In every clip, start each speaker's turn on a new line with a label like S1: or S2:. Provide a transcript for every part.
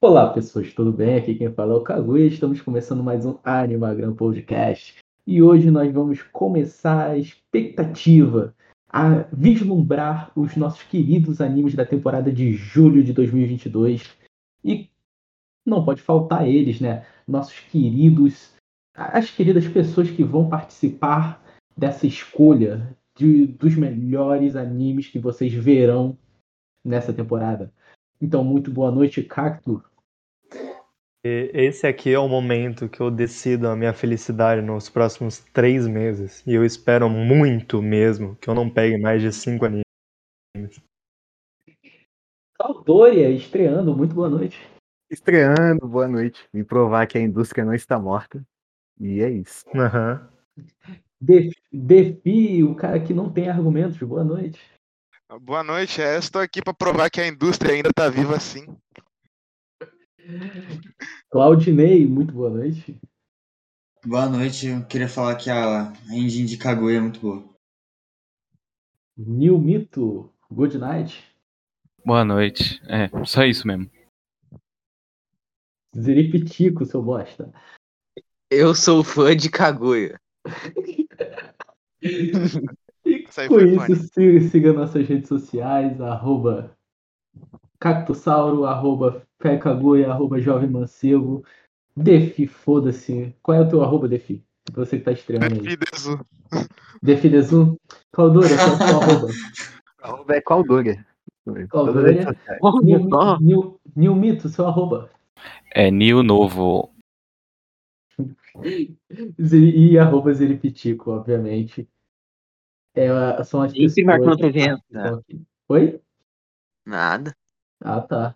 S1: Olá, pessoas, tudo bem? Aqui quem fala é o Kaguya. Estamos começando mais um Animagram Podcast. E hoje nós vamos começar a expectativa a vislumbrar os nossos queridos animes da temporada de julho de 2022. E não pode faltar eles, né? Nossos queridos, as queridas pessoas que vão participar dessa escolha de, dos melhores animes que vocês verão nessa temporada. Então, muito boa noite, Cacto.
S2: E- Esse aqui é o momento que eu decido a minha felicidade nos próximos três meses. E eu espero muito mesmo que eu não pegue mais de cinco animes.
S1: Caldoria estreando, muito boa noite.
S3: Estreando, boa noite. Me provar que a indústria não está morta. E é isso.
S2: Aham.
S1: De- Defi, o cara que não tem argumentos, boa noite.
S4: Boa noite, é, eu estou aqui para provar que a indústria ainda está viva sim.
S1: Claudinei, muito boa noite.
S5: Boa noite, eu queria falar que a engine de Kaguya é muito boa.
S1: New Mito, good night.
S6: Boa noite. É, só isso mesmo.
S1: Ziripitico, seu bosta.
S7: Eu sou fã de Kaguya.
S1: E
S4: Isso aí
S1: com
S4: foi fone.
S1: isso, siga, siga nossas redes sociais, arroba Cactossauro, arroba Fecagoia, arroba Jovem Mancebo. Defi, foda-se. Qual é o teu arroba, Defi? Você que tá estreando aí.
S4: Defidezu.
S1: Defi Desu. Claudora, qual é o teu arroba?
S3: Arroba é Claudoria.
S1: Claudoria. New, New, New Mito, seu arroba.
S6: É Nil Novo.
S1: Ziri- E arroba Ziripitico, obviamente. É, são as
S7: Sempre marcando presença.
S1: que estão aqui. Oi?
S7: Nada.
S1: Ah, tá.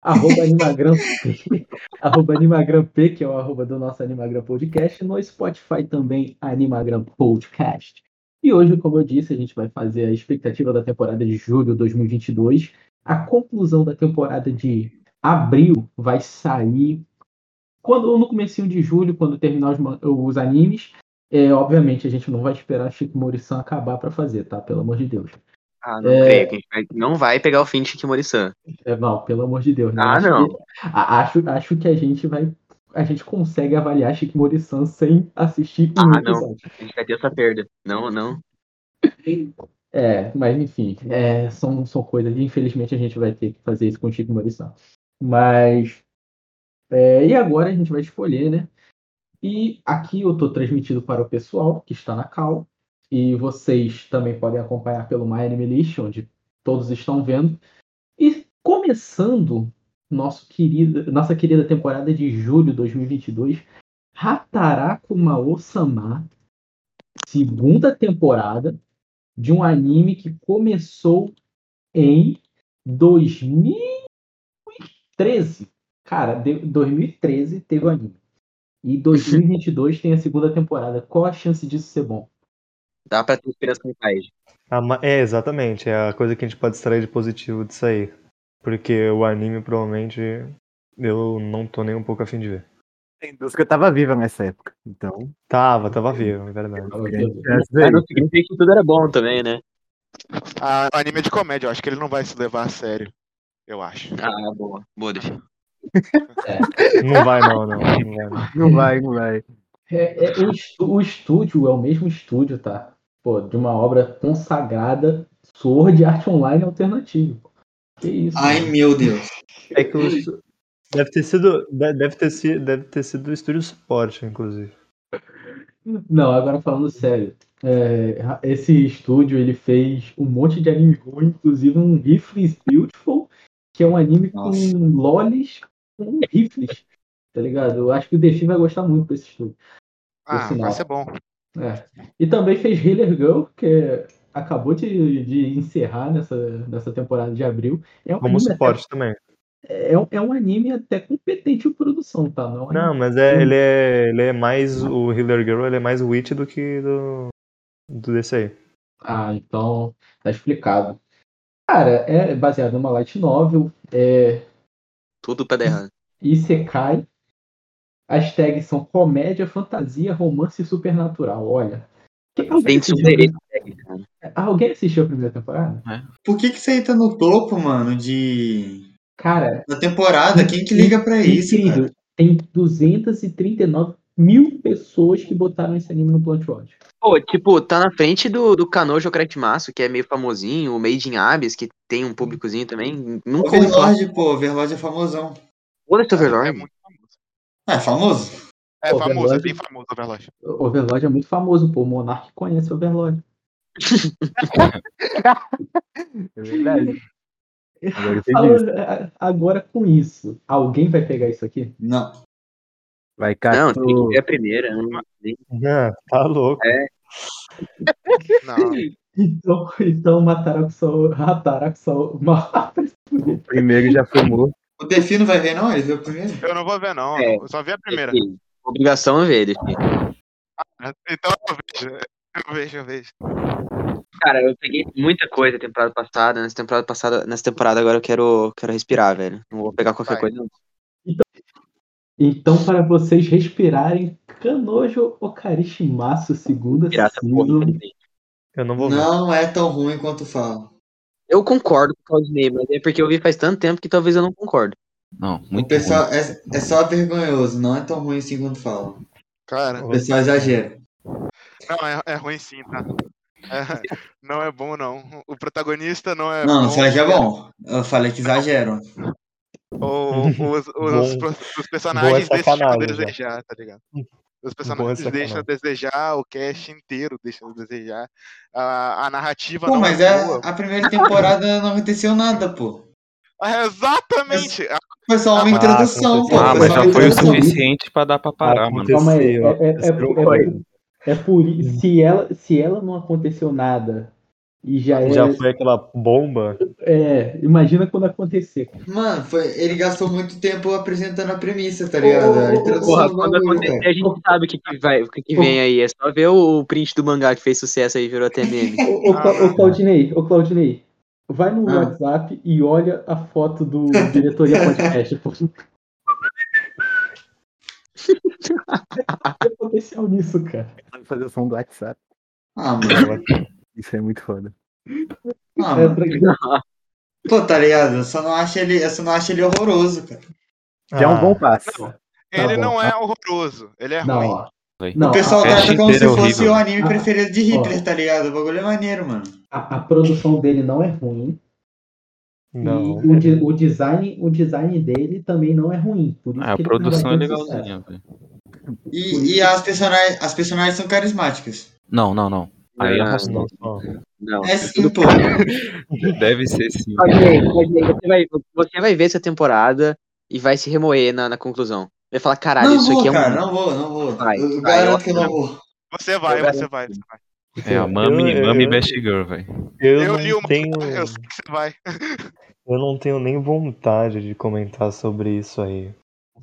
S1: Arroba Animagram P, arroba Animagram P, que é o arroba do nosso Animagram Podcast, no Spotify também, Animagram Podcast. E hoje, como eu disse, a gente vai fazer a expectativa da temporada de julho de 2022. A conclusão da temporada de abril vai sair quando ou no comecinho de julho, quando terminar os, man- os animes. É, obviamente, a gente não vai esperar Chico Morição acabar para fazer, tá? Pelo amor de Deus.
S7: Ah, não
S1: É.
S7: creio que a gente vai- não vai pegar o fim de Shikimori-san.
S1: É, não, pelo amor de Deus. né?
S7: Ah,
S1: acho
S7: não.
S1: Que, a- acho, acho que a gente vai. A gente consegue avaliar Shikimori-san sem assistir um
S7: Ah, não.
S1: episódio.
S7: A gente vai ter essa perda. Não, não.
S1: É, mas enfim, é, são, são coisas. Infelizmente a gente vai ter que fazer isso com o Shikimori-san. Mas. é, e agora a gente vai escolher, né? E aqui eu tô transmitindo para o pessoal que está na Cal. E vocês também podem acompanhar pelo My Anime List, onde todos estão vendo. E começando nosso querido, nossa querida temporada de julho de 2022, Hataraku Mao-sama, segunda temporada de um anime que começou em 2013. Cara, de- 2013 teve o anime. E 2022 tem a segunda temporada. Qual a chance disso ser bom?
S7: Dá pra ter esperança no país.
S2: A ma- É, exatamente. É a coisa que a gente pode extrair de positivo disso aí. Porque o anime, provavelmente, eu não tô nem um pouco afim de ver.
S3: A indústria estava viva nessa época. Então,
S2: Tava, tava vivo, é verdade.
S3: grande chance
S7: Mas
S3: aí.
S7: não significa que tudo era bom também, né?
S4: Ah, o anime é de comédia, eu acho que ele não vai se levar a sério. Eu acho.
S7: Ah, boa. Boa, deixa.
S2: Não vai não, não. não vai, não.
S3: Não vai, não vai.
S1: É, é, o, estu- o estúdio é o mesmo estúdio, tá? Pô, de uma obra consagrada, Sword Art Online alternativo. Que isso?
S5: Ai
S1: mano?
S5: meu Deus.
S2: É que o estu- Deve ter sido. de- Deve ter sido, deve ter sido o estúdio suporte, inclusive.
S1: Não, agora falando sério. é, esse estúdio ele fez um monte de anime ruim, inclusive um Rifles Beautiful, que é um anime
S5: Nossa.
S1: com lolis com rifles. Tá ligado? Eu acho que o Defi vai gostar muito desse estúdio.
S4: Ah,
S1: sinal.
S4: vai ser bom.
S1: É. E também fez Healer Girl, que acabou de, de encerrar nessa, nessa temporada de abril. É um
S2: Como
S1: anime até-
S2: suporte também.
S1: é, um- é um anime até competente em produção, tá? Não, é um
S2: Não,
S1: anime-
S2: mas é,
S1: Hum.
S2: ele, é, ele é mais. O Healer Girl ele é mais Witch do que do, do desse aí.
S1: Ah, então tá explicado. Cara, é baseado numa light novel, é
S7: Tudo pra dar errado.
S1: isekai. As tags são comédia, fantasia, romance e supernatural. Olha. Quem- Alguém
S7: Tem que
S1: assistiu, a
S7: superar
S1: primeira-
S7: esse técnico, cara.
S1: alguém assistiu a primeira temporada?
S5: Por que que isso aí tá no topo, mano, de
S1: Cara, é
S5: Na temporada, quem que liga pra É isso,
S1: incrível.
S5: cara?
S1: Tem 239 mil pessoas que botaram esse anime no Plant Watch.
S7: Pô, tipo, tá na frente do, do Canojo Cretmaço, que é meio famosinho, o Made in Abyss, que tem um públicozinho também. Nunca ouvi falar.
S5: Overlord, pô, Overlord é famosão.
S7: Olha esse
S4: É
S7: Overlord.
S4: muito famoso.
S5: Ah, é famoso?
S4: É
S1: Pô,
S4: famoso, é
S1: Overlord-
S4: bem famoso, Overlord.
S1: O Overlord é muito famoso, pô. O Monark conhece o Overlord.
S3: É verdade. Agora eu entendi.
S1: Falando, a- agora com isso, alguém vai pegar isso aqui?
S5: Não.
S3: Vai,
S7: Não,
S3: Cato.
S7: tem que ver a primeira. né?
S2: Ah, tá louco.
S4: Não.
S1: Então, então mataram só mataram só
S3: O primeiro já foi morto.
S5: O Defi não vai ver, não? Ele viu primeiro?
S4: Eu não vou ver, não.
S7: É.
S4: Eu só vi a primeira.
S7: Sim. Obrigação é ver, Delfim.
S4: Então eu vejo. Eu vejo, eu vejo.
S7: Cara, eu peguei muita coisa temporada passada. Nessa temporada passada, nessa temporada agora eu quero, quero respirar, velho. Não vou pegar qualquer
S4: Vai.
S7: coisa, não.
S1: Então, para vocês respirarem, Kanojo Okarishimasu, segunda
S7: Pirata, porra,
S1: season.
S7: infelizmente.
S2: Eu não vou ver.
S5: Não é tão ruim quanto fala.
S7: Eu concordo com o Claudinei, mas é porque eu vi faz tanto tempo que talvez eu não concordo.
S6: Não,
S5: O
S6: muito
S5: pessoal é, é só vergonhoso, não é tão ruim assim quanto fala.
S4: Cara,
S5: O pessoal exagera.
S4: não, é, é ruim sim, tá? É, não é bom, não. O protagonista não é
S5: Não,
S4: bom.
S5: não falei que é bom. Eu falei que exageram.
S4: Ou, os, os,
S2: Bom.
S4: os- os personagens
S2: Boa
S4: deixam a
S2: sacanagem, já.
S4: desejar, tá ligado? Os personagens
S2: sacanagem.
S4: deixam a desejar, o cast inteiro deixa a desejar. A, a narrativa
S5: Pô,
S4: não
S5: mas
S4: é,
S5: é,
S4: boa.
S5: a primeira temporada não aconteceu nada, pô.
S4: Ah, Exatamente! Ah,
S5: Foi só
S4: Ah,
S5: uma introdução, pô.
S2: aconteceu.
S6: Ah,
S5: Foi
S6: mas
S5: só
S6: já
S5: uma
S6: foi o
S5: introdução.
S6: suficiente pra dar pra parar, mano.
S2: Aconteceu,
S1: Calma aí, é- é- é-
S2: aconteceu
S1: é-
S2: coisa.
S1: É por i- se ela se ela não aconteceu nada e já é,
S2: Já foi aquela bomba.
S1: é, imagina quando acontecer.
S5: Mano, foi, ele gastou muito tempo apresentando a premissa, tá ligado? A
S1: Ô,
S5: introdução
S7: Porra,
S5: do
S7: quando
S5: bagulho,
S7: acontecer,
S5: cara.
S7: a gente sabe o que, que, vai, o que, que vem aí. É só ver o o print do mangá que fez sucesso aí, virou até meme.
S1: Ô, ô, Cla- ô, Claudinei, ô Claudinei, vai no
S5: Ah.
S1: WhatsApp e olha a foto do diretoria podcast. pô. Tem potencial nisso, cara.
S3: Sabe fazer o som do WhatsApp.
S5: Ah, mano.
S3: Isso é muito foda.
S5: Ah,
S1: É,
S5: mano.
S1: pra-
S5: Pô, tá ligado? Eu só não acho ele, eu só não acho ele horroroso, cara.
S3: Já é um
S2: Ah,
S3: bom passo.
S4: ele
S1: bom.
S4: não é horroroso, ele é
S1: Não,
S4: ruim.
S1: ó.
S6: Véi.
S1: Não,
S5: o pessoal tá
S1: a,
S5: trata
S6: Ash
S5: como se
S6: inteiro é
S5: fosse
S6: horrível.
S5: o anime
S1: Ah,
S5: preferido de Hitler, tá ligado? O bagulho é maneiro, mano.
S1: a- a produção dele não é ruim.
S2: Não.
S1: E o, de- o design, o design dele também não é ruim. Por isso
S6: Ah, a
S1: que ele não
S6: produção é
S1: vai ter sucesso.
S6: legalzinha, velho.
S5: E, e as, personagens, as personagens são carismáticas.
S6: Não, não, não. Aí
S7: Não,
S6: é
S2: Não,
S6: racional.
S2: não.
S7: Não.
S5: É sim, pô.
S6: Deve ser sim.
S7: Claudinei, Claudinei, você vai, você vai ver essa temporada e vai se remoer na, na conclusão. Vai falar, caralho,
S5: Não
S7: isso
S5: vou,
S7: aqui é um.
S5: cara, não vou, não vou.
S7: Vai,
S5: eu
S7: vai,
S5: garanto
S7: eu-
S5: que eu não vou.
S4: Você vai,
S7: Eu
S4: você vai, você vai.
S6: É a Mami,
S2: Eu- eu-
S6: Mami
S2: eu-
S6: Best Girl, velho.
S2: Eu,
S4: Eu
S2: não
S4: li o mangá,
S2: tenho.
S4: Eu sei que você vai.
S2: Eu não tenho nem vontade de comentar sobre isso aí.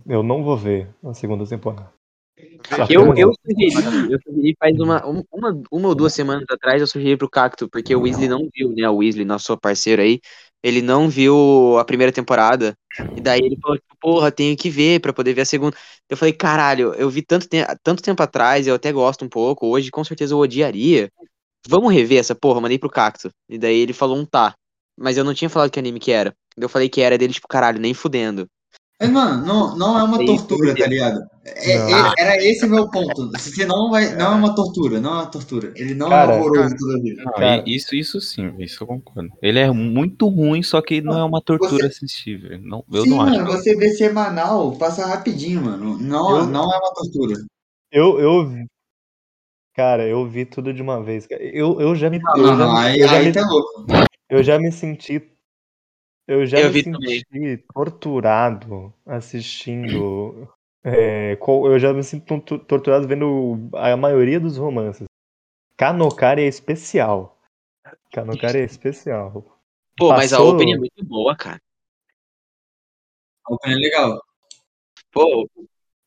S2: Eu não vou ver a segunda temporada.
S4: Veja.
S7: Eu, eu sugeri, eu sugeri faz uma, um- uma, uma ou duas semanas atrás, eu sugeri pro Cacto, porque o Weasley não viu, né? O Weasley, nosso parceiro aí, ele não viu a primeira temporada. E daí ele falou, tipo, porra, tenho que ver pra poder ver a segunda. Eu falei, caralho, eu vi tanto, te tanto tempo atrás, eu até gosto um pouco, hoje com certeza eu odiaria. Vamos rever essa porra, mandei pro Cacto. E daí ele falou um tá. Mas eu não tinha falado que anime que era. Eu falei que era dele, tipo, caralho, nem fudendo.
S5: Mas, mano, não, não é uma
S7: É isso,
S5: tortura,
S7: porque-
S5: tá ligado? É-
S2: Não.
S5: é- era esse o meu ponto. Você não vai. Não é uma tortura, não é uma tortura. Ele não
S2: Cara,
S5: é horroroso todavia.
S6: Não,
S2: Cara.
S6: e- isso, isso sim, isso eu concordo. Ele é muito ruim, só que não é uma tortura assistível. Não, eu
S5: Sim,
S6: não acho.
S5: mano, você vê semanal, passa rapidinho, mano. Não,
S2: Eu-
S5: não é uma tortura.
S2: Eu, eu vi. Cara, eu vi tudo de uma vez. cara. Eu, eu já me.
S5: Não,
S2: eu
S5: não,
S2: já
S5: não.
S2: me-
S5: Aí,
S2: eu já
S5: aí
S2: me-
S5: tá louco.
S2: Eu já me senti. Eu já
S7: Eu
S2: me
S7: vi
S2: senti torturado assistindo. é, qual- eu já me sinto tontu- torturado vendo a maioria dos romances. Kanokari é especial. Kanokari é especial.
S7: Pô, mas a
S2: Passou-
S7: Open é muito boa, cara.
S5: A opinião é legal.
S7: Pô,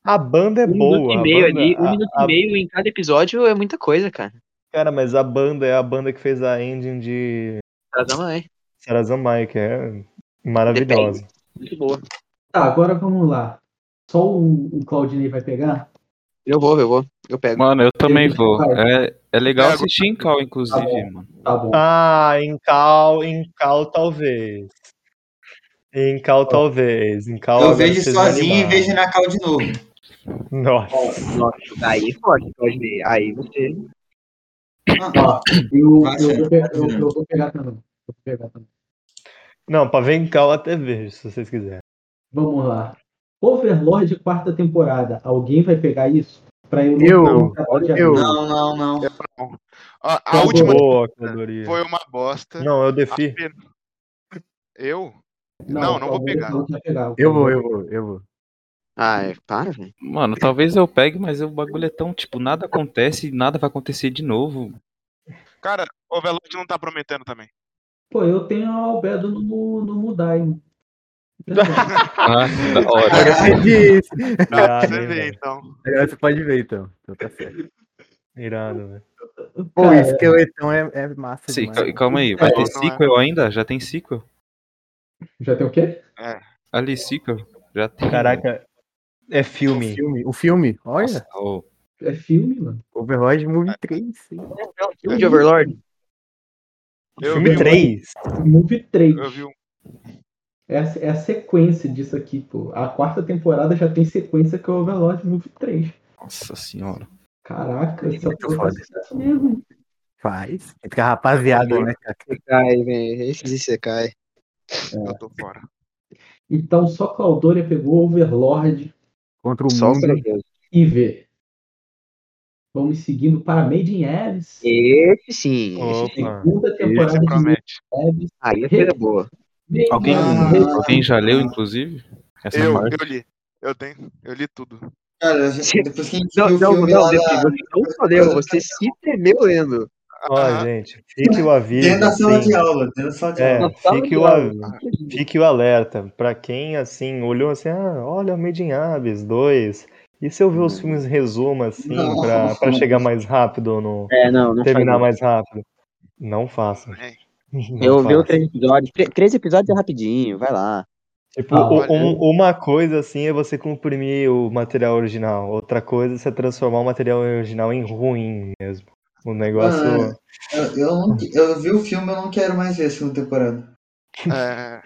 S2: A banda é
S7: um minuto
S2: boa.
S7: e
S2: a
S7: meio
S2: banda-
S7: ali, um
S2: a-
S7: minuto
S2: a-
S7: e meio em cada episódio é muita coisa, cara.
S2: Cara, mas a banda é a banda que fez a ending de
S7: Cara da mãe.
S2: Sarazamai, que é maravilhosa.
S7: Muito boa.
S1: Tá, agora vamos lá. Só o, o Claudinei vai pegar?
S7: Eu vou, eu vou. Eu pego.
S6: Mano, eu também
S1: Ele-
S2: Tá
S6: vou. É, é legal
S4: É,
S6: assistir
S5: tá
S6: em Cal, inclusive, mano.
S1: Tá bom.
S2: Ah, em Cal, em Cal talvez. Em Cal, talvez. Em Cal,
S5: Eu
S2: agora
S5: vejo
S2: Tá, vocês
S5: sozinho e
S2: animaram.
S5: vejo na cal de novo.
S2: Nossa.
S7: Nossa, aí pode, pode ver. Aí você.
S5: Ah,
S1: Eu,
S5: Vai
S1: eu
S5: ser.
S1: vou, pegar, eu, eu vou pegar também. Eu vou pegar também.
S2: Não, pra ver em Cal até vejo, se vocês quiserem.
S1: Vamos lá. Overlord, quarta temporada. Alguém vai pegar isso? Pra eu
S3: Eu,
S1: não tratar de
S3: eu.
S1: agora.
S5: não, não, não.
S4: Ó, a
S1: Tá
S4: última
S2: Boa, Cladoria.
S4: foi uma bosta.
S2: Não, eu defi.
S4: Apenas- Eu? Não, não vou
S1: Paulo,
S4: pegar.
S1: não quer pegar.
S3: Eu vou, eu vou, eu vou.
S7: Ah, para, velho.
S6: Mano, talvez eu pegue, mas o bagulho é tão, tipo, nada acontece e nada vai acontecer de novo.
S4: Cara, o Overlord não tá prometendo também.
S1: Pô, eu tenho a Albedo no, no Mudai. né?
S6: Ah, da hora.
S3: Verdade!
S4: Ah,
S2: Irado,
S4: você
S2: hein,
S4: vê,
S2: velho.
S4: então.
S3: Agora você pode ver então. Então tá certo.
S2: Irado, velho.
S3: Pô,
S1: Cara,
S3: esqueletão é, é massa
S6: Sim,
S3: demais.
S6: cal- calma aí. Vai
S4: É,
S6: ter
S4: não é.
S6: sequel ainda? Já tem sequel?
S1: já tem o quê?
S6: Ali, sequel? Já tem.
S2: Caraca, é
S3: O
S2: filme.
S3: filme, o filme, olha,
S6: Nossa, ô.
S1: É filme, mano.
S3: Overwatch Movie 3. sim.
S7: Filme de Overlord?
S4: Eu
S2: filme
S4: vi um-
S2: 3.
S1: Movie 3.
S4: Eu vi um.
S1: É, a- é a sequência disso aqui, pô. A quarta temporada já tem sequência que é o Overlord Movie 3.
S6: Nossa senhora.
S1: Caraca, essa
S3: É Muito
S1: porra é
S3: foda.
S1: faz sucesso mesmo.
S3: Faz. Fica rapaziada, né, cara?
S7: Você cai, velho. Esse você cai.
S4: Eu tô fora.
S1: Então só Claudoria pegou Overlord
S3: Contra o
S7: Só
S3: mundo.
S7: pelo Deus.
S1: e V. Vamos seguindo para Made in Abyss.
S3: É.
S7: Esse sim. Esse sim.
S2: Opa.
S1: Segunda temporada
S4: Você
S1: de Made
S4: promete.
S1: in Abyss.
S7: Aí é coisa boa.
S1: Made in
S6: Alguém,
S1: Abyss.
S6: alguém já leu, inclusive? Essa
S4: Eu,
S6: parte?
S4: eu li. Eu tenho. Eu li tudo.
S5: Cara, a gente- depois que a gente
S7: Não,
S5: viu o
S7: não, não,
S5: filme lá
S7: Defi,
S5: da-
S7: você não falou, você se tremeu lendo.
S2: Ó,
S4: Ah,
S2: gente, fique o aviso.
S5: dentro da sala
S2: assim.
S5: de aula, dentro da sala de
S2: É,
S5: aula.
S7: Na sala
S2: fique
S7: de
S2: o,
S7: aula.
S2: a- fique o alerta. Pra quem, assim, olhou assim, ah, olha, Made in Abyss 2. E se eu ver
S7: Hum.
S2: os filmes resumo, assim,
S5: Não.
S2: pra, pra chegar mais rápido, no,
S7: É, não, não
S2: terminar
S7: faz
S2: mais rápido? Não faça.
S4: né?
S2: Não
S7: isso. Eu vi
S2: faça.
S7: os três episódios. Tre- Três episódios é rapidinho, vai lá.
S2: Tipo,
S1: Ah,
S2: u-
S4: olha.
S2: um- uma coisa assim é você comprimir o material original, outra coisa é você transformar o material original em ruim mesmo. O
S4: Ah,
S2: negócio.
S5: Eu, eu não, eu vi o filme, eu não quero mais ver a segunda temporada.
S4: É,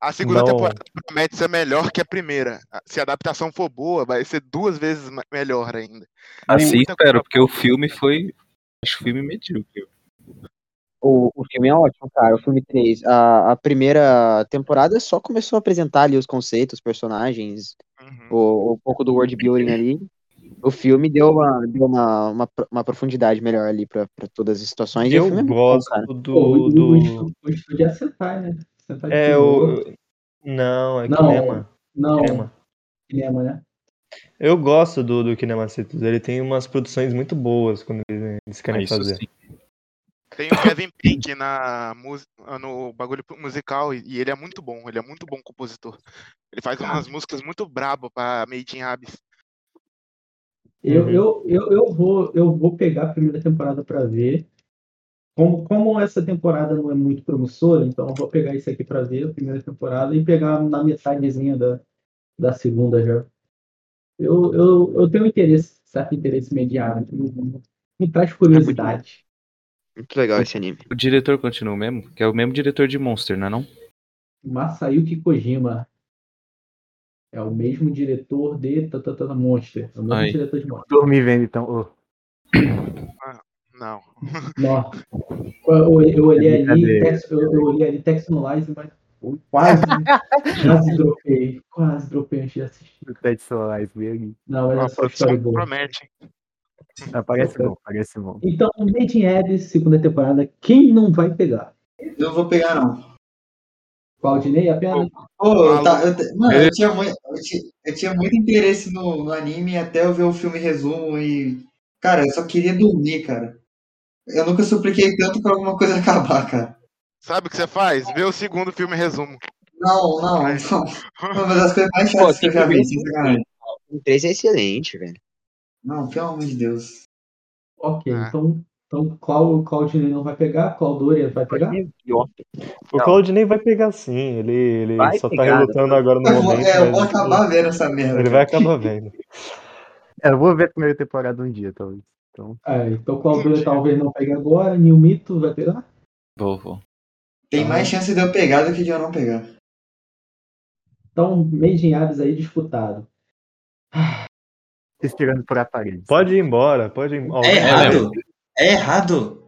S4: a segunda
S2: Não.
S4: temporada promete ser melhor que a primeira. Se a adaptação for boa, vai ser duas vezes ma- melhor ainda.
S6: Assim
S4: muita
S6: espero,
S4: coisa
S6: porque o filme foi. Acho que o filme medíocre. É
S7: O, o filme é ótimo, cara. O filme 3. A, a primeira temporada só começou a apresentar ali os conceitos, os personagens,
S4: Uhum.
S7: o, o pouco do world building ali. O filme deu uma, deu uma, uma, pro- uma profundidade melhor ali pra, pra todas as situações. e o
S2: Eu
S7: filme é muito bom,
S2: gosto
S7: cara.
S1: Pô,
S2: do.
S1: o- O
S2: do...
S1: estúdio- o estúdio é sentar, né? Sentar de
S2: É
S1: novo.
S2: o. Não, é
S1: Não.
S2: Kinema.
S1: Não,
S2: Kinema.
S1: cinema, né?
S2: Eu gosto do, do Kinema Citrus. Ele tem umas produções muito boas quando eles, eles
S6: Ah,
S2: querem
S6: isso
S2: fazer.
S6: sim.
S4: Tem o Kevin Pink na mus- no bagulho musical e e ele é muito bom. Ele é muito bom compositor. Ele faz umas músicas muito brabo pra Made in Abyss.
S1: Eu,
S2: Uhum.
S1: eu, eu, eu, vou, eu vou pegar a primeira temporada pra ver. Como, como essa temporada não é muito promissora, então eu vou pegar isso aqui pra ver a primeira temporada e pegar na metadezinha da, da segunda já. Eu, eu, eu tenho interesse, certo interesse imediato. Me, me traz curiosidade.
S7: Muito legal esse anime.
S6: O diretor continua o mesmo? Que é o mesmo diretor de Monster, não é não?
S1: Masayuki Kojima é o mesmo diretor de Tatatana Monster. É o mesmo
S6: Aí.
S1: diretor de Monster.
S3: Dormir vendo então. Ô,
S4: Não.
S1: Não. Eu, eu- eu olhei
S3: É
S1: ali,
S3: brincadeira.
S1: Tex- eu, eu olhei ali Texonalize, mas eu quase, quase dropei. Quase dropei antes de assistir.
S3: do Ted Solaris mesmo.
S1: Não, mas
S4: A
S1: é só história
S4: produção
S1: boa.
S4: promete. hein?
S3: Ah, parece bom, parece bom.
S1: Então, Made in Abyss, segunda temporada, quem não vai pegar?
S5: Eu não vou pegar, não.
S1: Claudinei apenas?
S5: Pô, eu tá- eu te- mano, eu tinha, muito, eu, ti- eu tinha muito interesse no, no anime até eu ver o filme resumo e. Cara, eu só queria dormir, cara. Eu nunca supliquei tanto pra alguma coisa acabar, cara.
S4: Sabe o que você faz? Vê o segundo filme resumo.
S5: Não, não, não. Não, mas as coisas mais
S7: Pô,
S5: chatas que
S7: tem
S5: eu já
S7: que
S5: vi,
S7: ver.
S5: sem sacanagem.
S7: O 3 é excelente, velho.
S5: Não, pelo amor de Deus.
S1: Ok,
S4: Ah.
S1: então, então Clau, Claudinei não vai pegar, Claudoria vai pegar?
S7: é
S2: O Claudinei vai pegar sim. Ele, ele
S7: Vai
S2: só tá
S7: pegar,
S2: relutando agora no
S5: Mas eu vou-
S2: momento.
S5: é, eu
S2: mas
S5: vou acabar vendo essa merda.
S2: Ele vai acabar vendo. né?
S3: É, Eu vou ver a primeira temporada um dia, talvez. Então,
S1: Ah, então Claudoria talvez não pegue agora, Nilmito vai pegar?
S6: Vou, vou.
S5: Tem mais chance de eu pegar do que de eu não pegar.
S1: Tá um mês de Abyss aí disputado.
S3: Se estirando por aparelhos.
S2: Pode ir embora, pode ir embora.
S5: É errado? É errado?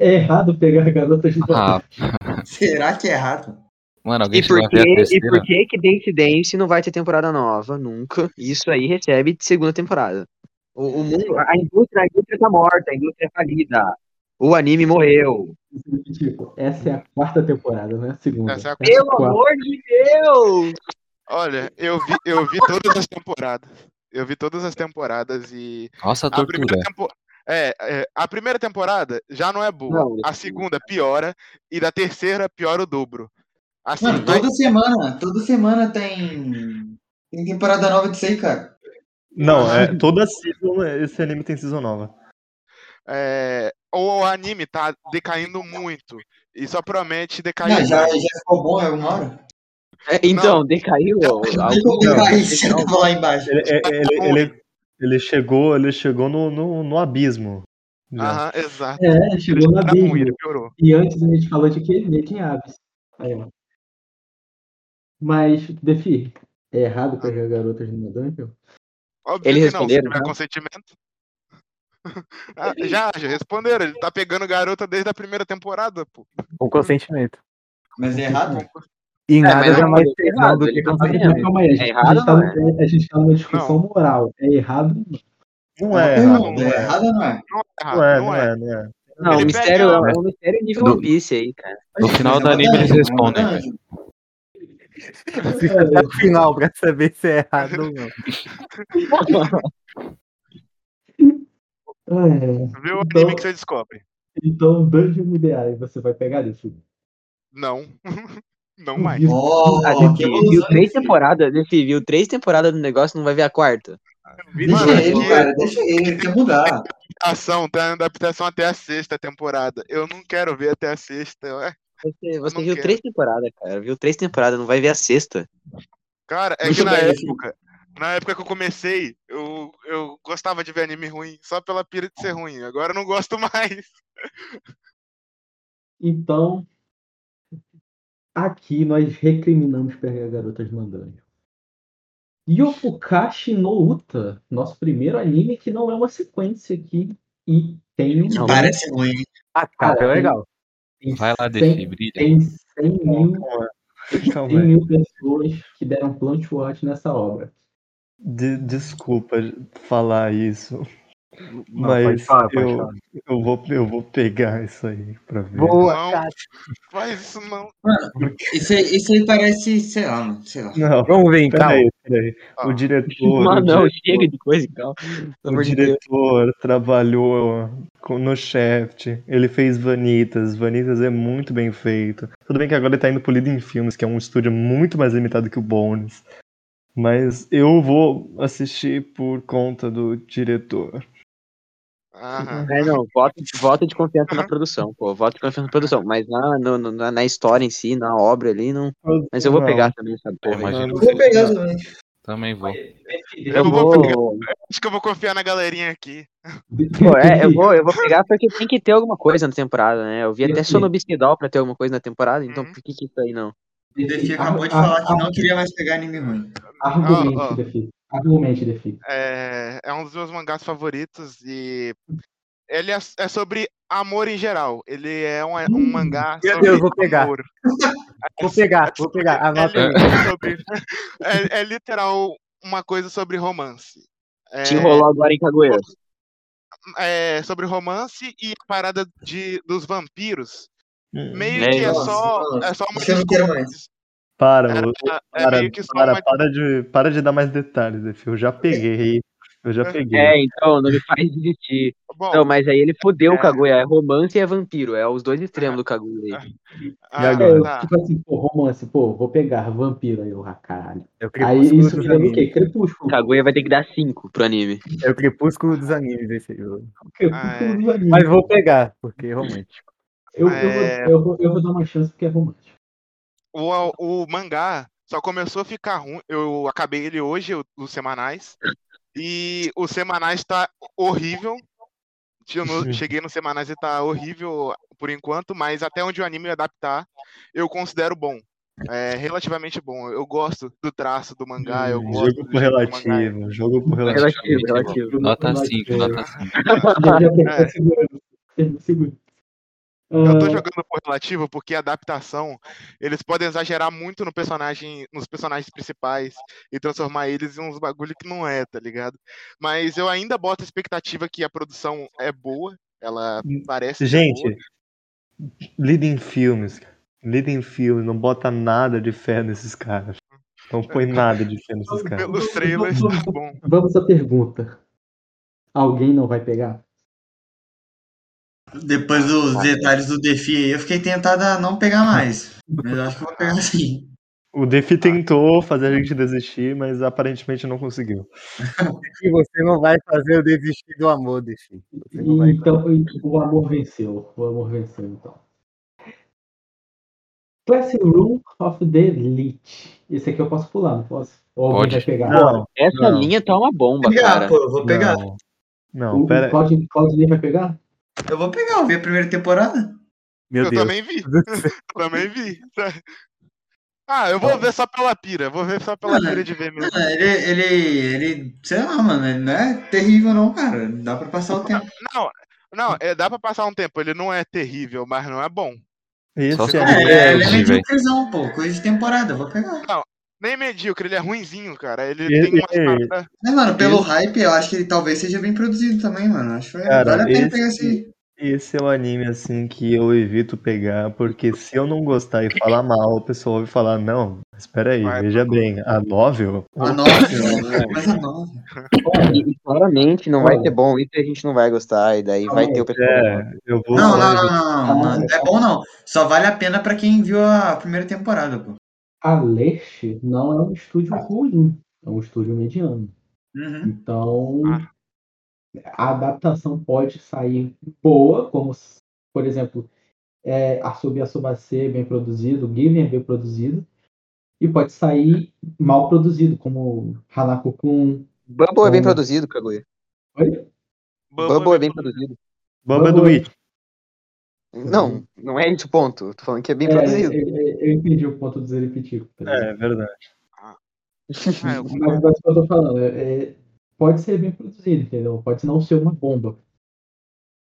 S1: É errado pegar garotas de
S6: Ah,
S5: Será que é errado?
S6: mano, alguém
S7: E por,
S6: chegou a
S7: que,
S6: ver a
S7: e
S6: terceira?
S7: por que que Dance Dance não vai ter temporada nova? Nunca. Isso aí recebe de segunda temporada. O, o mundo, a indústria, a indústria tá morta, a indústria é falida. O anime morreu.
S1: Tipo, essa é a quarta temporada, né? Segunda.
S4: Essa é a
S1: Essa é a
S7: Pelo amor de Deus!
S4: Olha, eu vi, eu vi todas as temporadas. Eu vi todas as temporadas e.
S6: Nossa,
S4: A Ah,
S6: tortura.
S4: primeira, tempo- é, é, a primeira temporada já não é boa.
S7: Não,
S4: a segunda piora. E da terceira piora o dobro. Assim,
S5: Mano,
S4: vai-
S5: toda semana, toda semana tem, tem temporada nova disso aí, cara.
S2: Não, é, toda season, esse anime tem season nova.
S4: é, ou o anime tá decaindo muito. E só promete decair.
S5: Não, já, já ficou bom em alguma hora?
S7: É, então, decaiu.
S5: Tem como pegar isso eu vou lá embaixo.
S2: Ele, é- ele- ele- ele chegou, ele chegou no, no, no abismo. Já.
S4: Aham, exato.
S1: É, chegou na
S4: Tá ruim, ele
S1: Disney.
S4: piorou.
S1: E antes a gente falou de que meio que em aves. Aí, ó. Mas, Defi, é errado pegar garotas no Dungeon?
S4: Óbvio
S7: Eles
S4: que não, se
S7: responderam,
S4: tiver
S7: não?
S4: consentimento. Ah, já, já responderam. Ele tá pegando garota desde a primeira temporada, pô.
S3: Com consentimento.
S5: Mas é errado?
S3: E nada
S7: mas
S3: já
S7: não
S3: mais
S7: deu
S3: pesado
S7: errado,
S3: do que
S7: ele tá
S3: consentimento.
S1: Calma aí, a gente,
S7: É errado
S1: a gente tá,
S7: ou
S1: numa- a gente tá numa discussão moral. É errado?
S2: Não é,
S5: Não,
S2: errado,
S5: é errado ou não
S4: Não é
S5: é?
S4: errado,
S2: não é, não é, não é.
S7: Não, o
S4: Ele
S7: mistério
S4: pega-
S7: é um mistério nível
S6: Do-
S7: One Piece aí, cara.
S6: No final
S5: é?
S6: do anime eles respondem. velho.
S3: Fica até o Tá final pra saber se é errado ou não.
S1: É.
S4: Vê o
S1: Então-
S4: anime que você descobre.
S1: Então, Dungeon ideal, você vai pegar isso.
S4: Não. Não é. mais.
S1: Isso.
S5: Oh,
S7: A gente viu três temporadas, a gente viu três temporadas do negócio, não vai ver a quarta.
S5: Deixa
S4: Mano,
S5: ele, tá
S4: que
S5: cara, deixa ele, ele quer mudar.
S4: adaptação, tá na adaptação até a sexta temporada. Eu não quero ver até a sexta. é, ué.
S7: Você, você
S4: não
S7: viu
S4: quero.
S7: três temporadas, cara. Viu três temporadas, não vai ver a sexta.
S4: Cara, é
S5: Muito
S4: que na
S5: bem,
S4: época, na época que eu comecei, eu, eu gostava de ver anime ruim, só pela pira de ser ruim. Agora eu não gosto mais.
S1: Então, aqui nós recriminamos pegar garotas no Dungeon. Yofukashi no Uta, nosso primeiro anime que não é uma sequência aqui e tem
S5: Que
S1: tem-
S5: parece ruim.
S3: A capa é
S1: Cara,
S3: legal.
S1: tem
S6: Vai lá, Defi,
S1: cem-
S6: brilha.
S1: Tem 100 mil,
S2: Calma
S1: 100
S2: aí.
S1: mil pessoas que deram plant watch nessa obra.
S2: De- desculpa falar isso,
S3: Não,
S2: mas
S3: pode falar, pode
S2: eu,
S3: falar.
S2: eu, vou, eu vou pegar isso aí pra ver.
S3: Boa,
S4: Não.
S3: cara.
S4: Faz isso não.
S5: Isso aí, isso aí parece, sei lá, mano, sei lá.
S2: Não,
S3: Vamos ver, então. calma.
S2: peraí, peraí.
S4: Ah.
S2: O diretor,
S7: Mano,
S2: o
S7: não,
S2: diretor-
S7: chega de coisa, então. calma. Pelo
S2: O
S7: amor de Deus.
S2: diretor trabalhou com- no Shaft, ele fez Vanitas, Vanitas é muito bem feito. Tudo bem que agora ele tá indo pro Leading Filmes, que é um estúdio muito mais limitado que o Bones. Mas eu vou assistir por conta do diretor.
S3: Uhum.
S4: Aham.
S7: É, não, voto, voto de confiança
S4: Uhum.
S7: na produção, pô. Voto de confiança na produção. Mas na, no- no- na, na história em si, na obra ali, não. Mas eu vou
S2: Não,
S7: pegar também essa
S6: Eu
S7: porra. aí.
S6: imagino
S5: Eu
S6: que
S5: vou pegar
S6: seja.
S5: também.
S6: Também vou.
S4: Eu
S7: Eu
S4: vou pegar.
S7: vou.
S4: Acho que eu vou confiar na galerinha aqui.
S7: Pô, é, eu vou, eu vou pegar porque tem que ter alguma coisa na temporada, né? Eu vi até Sonobisquidal pra ter alguma coisa na temporada, então
S4: Uhum.
S7: por que que isso aí não?
S5: O Defi acabou de falar que não queria mais pegar anime ruim.
S1: Argumente,
S4: Ó, ó.
S1: Defi. Argumente, Defi.
S4: É, é um dos meus mangás favoritos e ele é, é sobre amor em geral. Ele é um, um mangá
S3: Meu
S4: sobre
S3: Deus, vou pegar.
S4: amor.
S3: Vou pegar, vou pegar. Ah, Anota
S4: É,
S3: aí.
S4: li- sobre- é- é literal uma coisa sobre romance. É,
S7: Te enrolou agora em Cagoeira.
S4: é sobre romance e a parada de, dos vampiros.
S2: Hum,
S4: Meio
S7: É,
S4: que é
S5: nossa,
S4: só,
S5: mano.
S4: é só uma
S5: Isso eu não quero mais.
S2: Para,
S4: Era-
S2: o-
S4: é
S2: para,
S4: meio que só
S2: para,
S4: uma-
S2: para de, para de dar mais detalhes, Defi. Eu já peguei. Eu já peguei.
S7: É, então, não me faz desistir.
S4: Bom,
S7: Não, mas aí ele fudeu
S4: É.
S7: o Kaguya. É romance e é vampiro. É os dois extremos do Kaguya. aí.
S4: ah,
S2: agora?
S4: tá.
S1: É, tipo assim, pô, romance, pô, vou pegar vampiro aí, o caralho.
S3: É o
S1: Aí
S3: crepúsculo
S1: isso
S3: dos
S1: me lembra o
S3: animes.
S1: quê? Crepúsculo.
S7: Kaguya vai ter que dar cinco pro anime.
S3: É o crepúsculo dos animes esse jogo.
S4: Ah,
S1: Crepúsculo dos animes.
S3: Mas vou pegar, porque é romântico.
S1: Eu, eu,
S4: É.
S1: vou, eu, vou, eu vou dar uma chance porque é romântico.
S4: O, o mangá só começou a ficar ruim. Eu acabei ele hoje, o- os semanais. E o semanais tá horrível. Eu no- cheguei no semanais e tá horrível por enquanto, mas até onde o anime adaptar, eu considero bom. é relativamente bom. Eu gosto do traço do mangá, eu gosto
S2: Hum, jogo
S4: do jeito do mangá.
S2: correlativo, jogo correlativo.
S7: Relativo, relativo.
S6: Nota 5, nota 5.
S1: tá
S4: É.
S1: Segura, segura.
S4: Eu tô
S1: Ah,
S4: jogando por relativo porque a adaptação, eles podem exagerar muito no personagem, nos personagens principais e transformar eles em uns bagulho que não é, tá ligado? Mas eu ainda boto a expectativa que a produção é boa, ela
S3: Hum,
S5: é
S4: parece ser boa.
S2: Gente, lida em filmes, cara. Lida em filmes, não bota nada de fé nesses caras. Não põe nada de fé nesses caras.
S4: pelos trailers tá bom.
S1: Vamos à pergunta. Alguém não vai pegar?
S5: Depois dos detalhes do Defi aí, eu fiquei tentado a não pegar mais. Mas eu acho que eu vou pegar sim.
S2: O
S5: Ah.
S2: Defi tentou fazer a gente desistir, mas aparentemente não conseguiu.
S3: E você não vai fazer eu desistir do amor, Defi. Você não vai
S1: Então, o amor venceu. O amor venceu, então. Classroom of the Elite. Esse aqui eu posso pular, não posso? Ou alguém
S6: Pode.
S1: vai pegar?
S2: Não,
S7: Essa
S2: Não.
S7: linha tá uma bomba,
S5: Pegar,
S7: cara.
S5: Ah, pô, eu vou pegar.
S2: não.
S1: o
S2: Não,
S1: o
S2: pera.
S1: Claudio, Claudio nem vai pegar?
S5: Eu vou pegar, eu vi a primeira temporada.
S3: Meu
S4: eu
S3: Deus.
S4: também vi. Eu também vi. Ah, eu vou ver só pela pira, vou ver só pela
S5: Ah, né?
S4: pira de ver mesmo.
S5: Ah, Ele, ele, ele, sei lá, mano, ele não é terrível não, cara. Dá pra passar o tempo.
S4: Não, não, é, dá pra passar um tempo, ele não é terrível, mas não é bom.
S6: Só
S2: Esse
S6: se-
S2: é
S6: É,
S5: É, ele é
S6: velho.
S7: né?
S5: mediocrezão, pô. Coisa de temporada, eu vou pegar.
S4: Nem medíocre, ele é ruinzinho, cara. Ele
S2: Ele-
S4: tem uma
S2: ele-
S4: parada.
S5: Né, mano, pelo hype, eu acho que ele talvez seja bem produzido também, mano. Acho que é,
S2: Cara,
S5: vale a pena
S2: esse-
S5: pegar esse.
S2: Esse é o anime assim que eu evito pegar, porque se eu não gostar e falar mal, o pessoal vai falar, não, espera aí,
S4: Vai,
S2: veja bem, a novel,
S5: A nova, mas a nova.
S7: E, e claramente não vai
S1: Olha.
S7: ser bom, isso a gente não vai gostar, e daí vai ter o pessoal.
S2: é, eu vou
S5: Não,
S2: só
S5: não, não, não, não, não. É bom não. Só vale a pena pra quem viu a primeira temporada, pô.
S1: A Leste não é um estúdio ruim. É um estúdio mediano.
S5: Uhum.
S1: Então,
S4: Ah.
S1: a adaptação pode sair boa, como, s- por exemplo, é, Asobi Asobase bem produzido, Given bem produzido, e pode sair mal produzido, como Hanako Kun.
S7: Bubble é bem
S1: Hum.
S7: produzido, Kaguya.
S1: Oi?
S4: Bubble
S7: Bubble é bem
S4: Bubble.
S7: produzido.
S2: Bamba é do
S1: Bubble.
S2: Witch.
S3: Uhum.
S7: Não, não é isso o ponto. Tô falando que é bem
S1: É,
S7: produzido.
S1: eu, eu- eu entendi o ponto do Zerepitico. tá ligado?
S2: É, verdade.
S4: Ah, eu
S1: Mas
S4: concordo.
S1: é isso que eu tô falando. é- é- pode ser bem produzido, entendeu? Pode não ser uma bomba.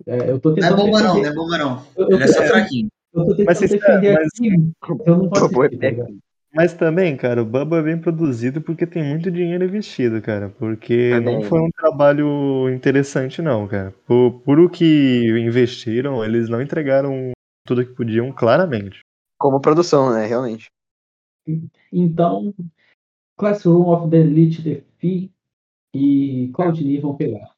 S1: É, eu tô
S5: Não é
S1: tentando
S5: bomba não, não
S1: defender-
S5: é bomba não.
S1: eu- eu-
S5: Ele é só fraquinho.
S1: eu tô
S2: Mas
S1: tentando
S2: vocês-
S1: defender
S2: mas-
S1: aqui. Eu não posso
S7: Bubble é
S1: assistir, tá ligado?
S2: Mas também, cara, o Bubba é bem produzido porque tem muito dinheiro investido, cara. Porque
S7: Também.
S2: não foi um trabalho interessante, não, cara. Por, por o que investiram, eles não entregaram tudo que podiam, claramente.
S7: Como produção, né? Realmente.
S1: Então, Classroom of the Elite Defi e Claudinei vão pegar.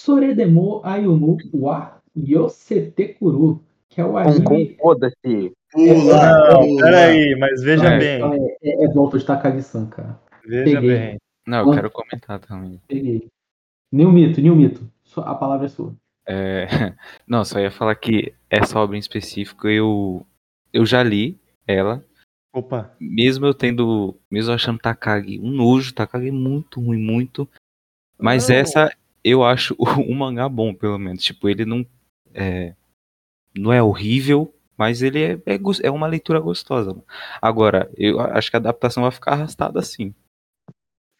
S1: Soredemo Ayumu wa Yosetekuru, que é o anime.
S7: Foda-se.
S5: Pula,
S2: Não,
S5: pula.
S2: peraí, mas veja
S1: Não,
S2: bem,
S1: É, é volta de Takagi-san, cara.
S2: veja
S1: peguei.
S2: bem.
S6: Não,
S2: Hum.
S6: eu quero comentar também.
S1: Peguei. Nenhum mito, nenhum mito. Só- A palavra é sua.
S6: É, Não, só ia falar que essa obra em específico eu, eu já li ela.
S2: Opa.
S6: mesmo eu tendo, mesmo eu achando Takagi um nojo, Takagi é muito ruim, muito. Mas
S2: Não.
S6: essa eu acho o- um mangá bom, pelo menos. Tipo, ele não é, não é horrível, mas ele é, é, gos- é uma leitura gostosa. mano. Agora, eu a- acho que a adaptação vai ficar arrastada assim.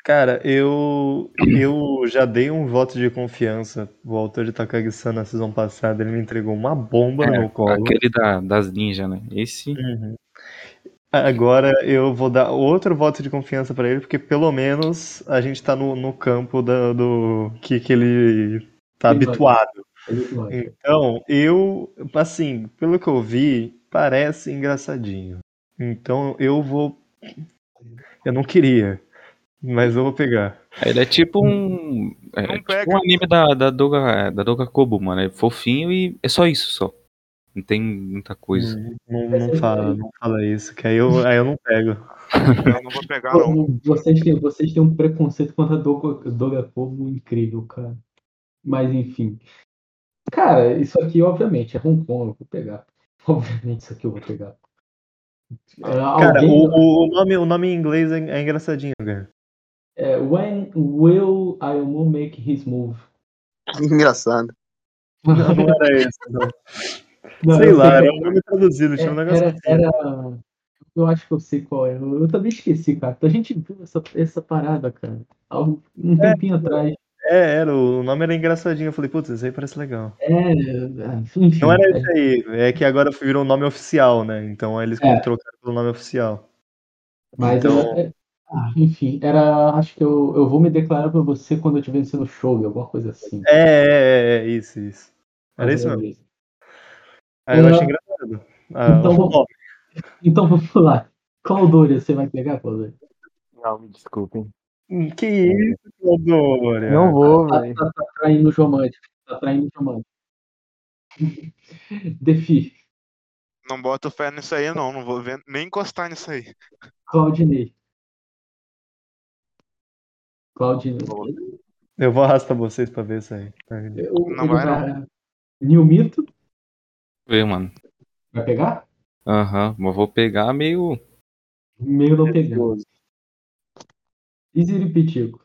S2: Cara, eu, eu já dei um voto de confiança. O autor de Takagi-san na season passada, ele me entregou uma bomba
S6: É,
S2: no meu colo.
S6: Aquele da, das ninjas, né? Esse.
S2: Uhum. Agora eu vou dar outro voto de confiança pra ele, porque pelo menos a gente tá no, no campo da- do que, que ele tá
S1: Ele vai.
S2: habituado.
S1: É muito bom.
S2: Então, eu, assim, pelo que eu vi, parece engraçadinho. Então eu vou. Eu não queria, mas eu vou pegar.
S6: Ele é tipo
S2: Hum.
S6: um. É,
S4: Não
S6: tipo
S4: pega.
S6: um anime da, da, Doga, da Doga Kobo, mano. É fofinho e é só isso só. Não tem muita coisa.
S2: Hum, Não, não fala, não fala isso, que aí eu, aí eu não pego.
S4: Eu não vou pegar, não.
S2: um
S1: Vocês têm, vocês têm um preconceito contra Doga- Dogakobo é incrível, cara. Mas enfim. Cara, isso aqui, obviamente, é Hong Kong, eu vou pegar. Obviamente, isso aqui eu vou pegar. Ah,
S2: Cara,
S1: alguém-
S2: o, o- o nome, o nome em inglês é, é engraçadinho, cara.
S1: É, when will Ayumu make his move?
S7: Engraçado.
S2: Não, não era esse, não.
S1: Não,
S2: Sei
S1: eu
S2: lá,
S1: que
S2: era um nome traduzido, tinha um
S1: é-
S2: negócio
S1: era,
S2: assim.
S1: era, Eu acho que eu sei qual é. Eu, eu também esqueci, cara. A gente viu essa, essa parada, cara, há um um tempinho atrás.
S2: É, era, o nome era engraçadinho. Eu falei, putz, esse aí parece legal.
S1: É, ah, enfim.
S2: Não era
S1: é.
S2: esse aí, é que agora virou um nome oficial, né? Então aí eles
S1: É.
S2: trocaram pelo nome oficial.
S1: Mas
S2: Então-
S1: é- é- ah, enfim, era. Acho que eu, eu vou me declarar pra você quando eu estiver sendo show, alguma coisa assim.
S2: É, é, é, é, isso, isso. Era isso mesmo. Aí eu
S1: É.
S2: achei engraçado. Ah,
S1: Então,
S2: o
S1: vamos-
S2: nome.
S1: Então vamos lá. Qual Dória você vai pegar, qual Dória?
S3: Não, me desculpem.
S2: Hum, que isso, Dória?
S3: Não vou,
S1: Tá,
S3: velho.
S1: tá, tá traindo os românticos. Tá traindo os românticos. Defi,
S4: Não boto fé nisso aí, não. Não vou ver- nem encostar nisso aí.
S1: Claudinei. Claudinei.
S2: Eu vou arrastar vocês pra ver isso aí. Tá Aí.
S1: Eu-
S4: Não
S1: ele
S4: vai,
S1: Nilmito,
S6: Vê, mano.
S1: vai pegar?
S6: Aham, mas vou pegar meio.
S1: Meio não pegando. Isiripitico.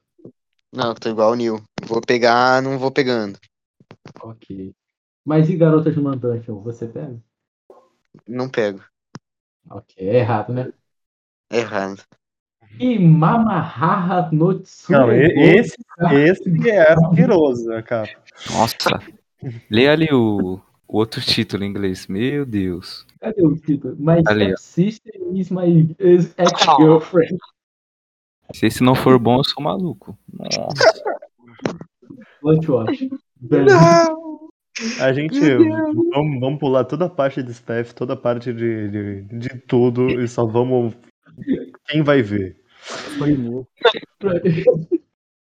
S7: Não, tô igual o Nil. Vou pegar, não vou pegando.
S1: Ok. Mas e Garotas do Mandantium, você pega?
S7: Não pego. É
S1: Ok, é errado, né?
S7: Errado.
S1: E Mamahaha no Ah,
S2: Não, e-
S1: Tsurego.
S2: esse, esse é asqueroso, a capa.
S6: Nossa! Lê ali o, o outro título em inglês. Meu Deus.
S1: Cadê o título? My
S6: Ali, ó.
S1: Sister is my is ex-girlfriend.
S6: Se esse não for bom, eu sou maluco. Nossa.
S1: Lunchwatch. Bem,
S2: A gente. Vamos, vamos pular toda a parte de staff, toda a parte de, de, de tudo e só vamos. Quem vai ver?
S3: Foi meu.
S1: pra-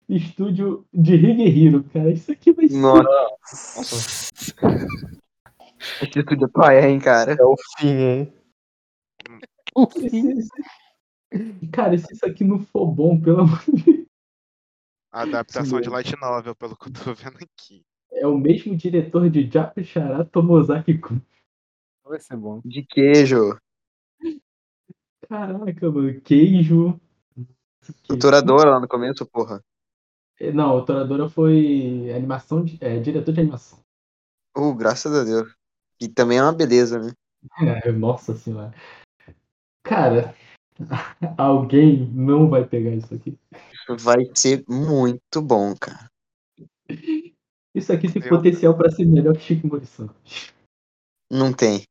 S1: Estúdio de Higehiro, cara. Isso aqui vai ser.
S6: Nossa.
S7: Esse estúdio é paia, hein, cara.
S2: É o fim, hein?
S1: Esse- esse- Cara, se isso aqui não for bom, pelo amor de Deus.
S4: A adaptação de Light Novel, pelo que eu tô vendo aqui.
S1: É o mesmo diretor de Japishara Tomozaki Kun.
S3: Vai ser bom.
S7: De queijo.
S1: Caraca, mano. Queijo.
S7: O Toradora lá no começo, porra.
S1: Eh, Não, o Toradora foi animação de, é, diretor de animação.
S7: Uh, graças a Deus. E também é uma beleza, né?
S1: É, Nossa senhora. Cara, alguém não vai pegar isso aqui.
S7: Vai ser muito bom, cara.
S1: Isso aqui tem
S4: Eu-
S1: potencial pra ser melhor que Chico Morrison.
S7: Não tem.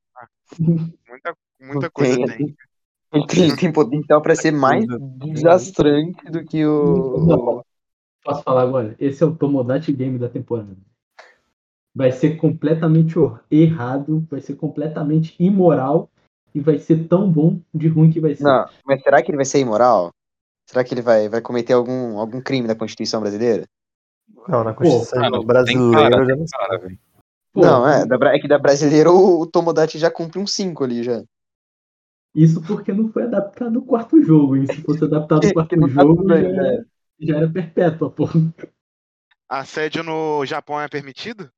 S4: Muita, muita
S7: Não
S4: coisa
S7: tem, né?
S4: tem.
S7: Ele tem, tem potencial pra ser mais desastrante do que o.
S1: Posso falar agora? Esse é o Tomodachi Game da temporada. Vai ser completamente or- errado, vai ser completamente imoral e vai ser tão bom de ruim que vai ser.
S7: Não, mas será que ele vai ser imoral? Será que ele vai, vai cometer algum, algum crime da Constituição brasileira?
S2: Não, na Constituição
S6: Cara, tem
S2: brasileira
S6: cara,
S2: eu já não
S6: tem cara, velho.
S1: Pô,
S7: não, é, da, Bra- é que da brasileira o, o Tomodachi já cumpre um 5 ali já.
S1: Isso porque não foi adaptado o quarto jogo. E se fosse adaptado o quarto
S7: Porque não tá
S1: jogo,
S7: tudo
S1: já,
S7: aí,
S1: era, já era perpétua, pô.
S4: Assédio no Japão é permitido?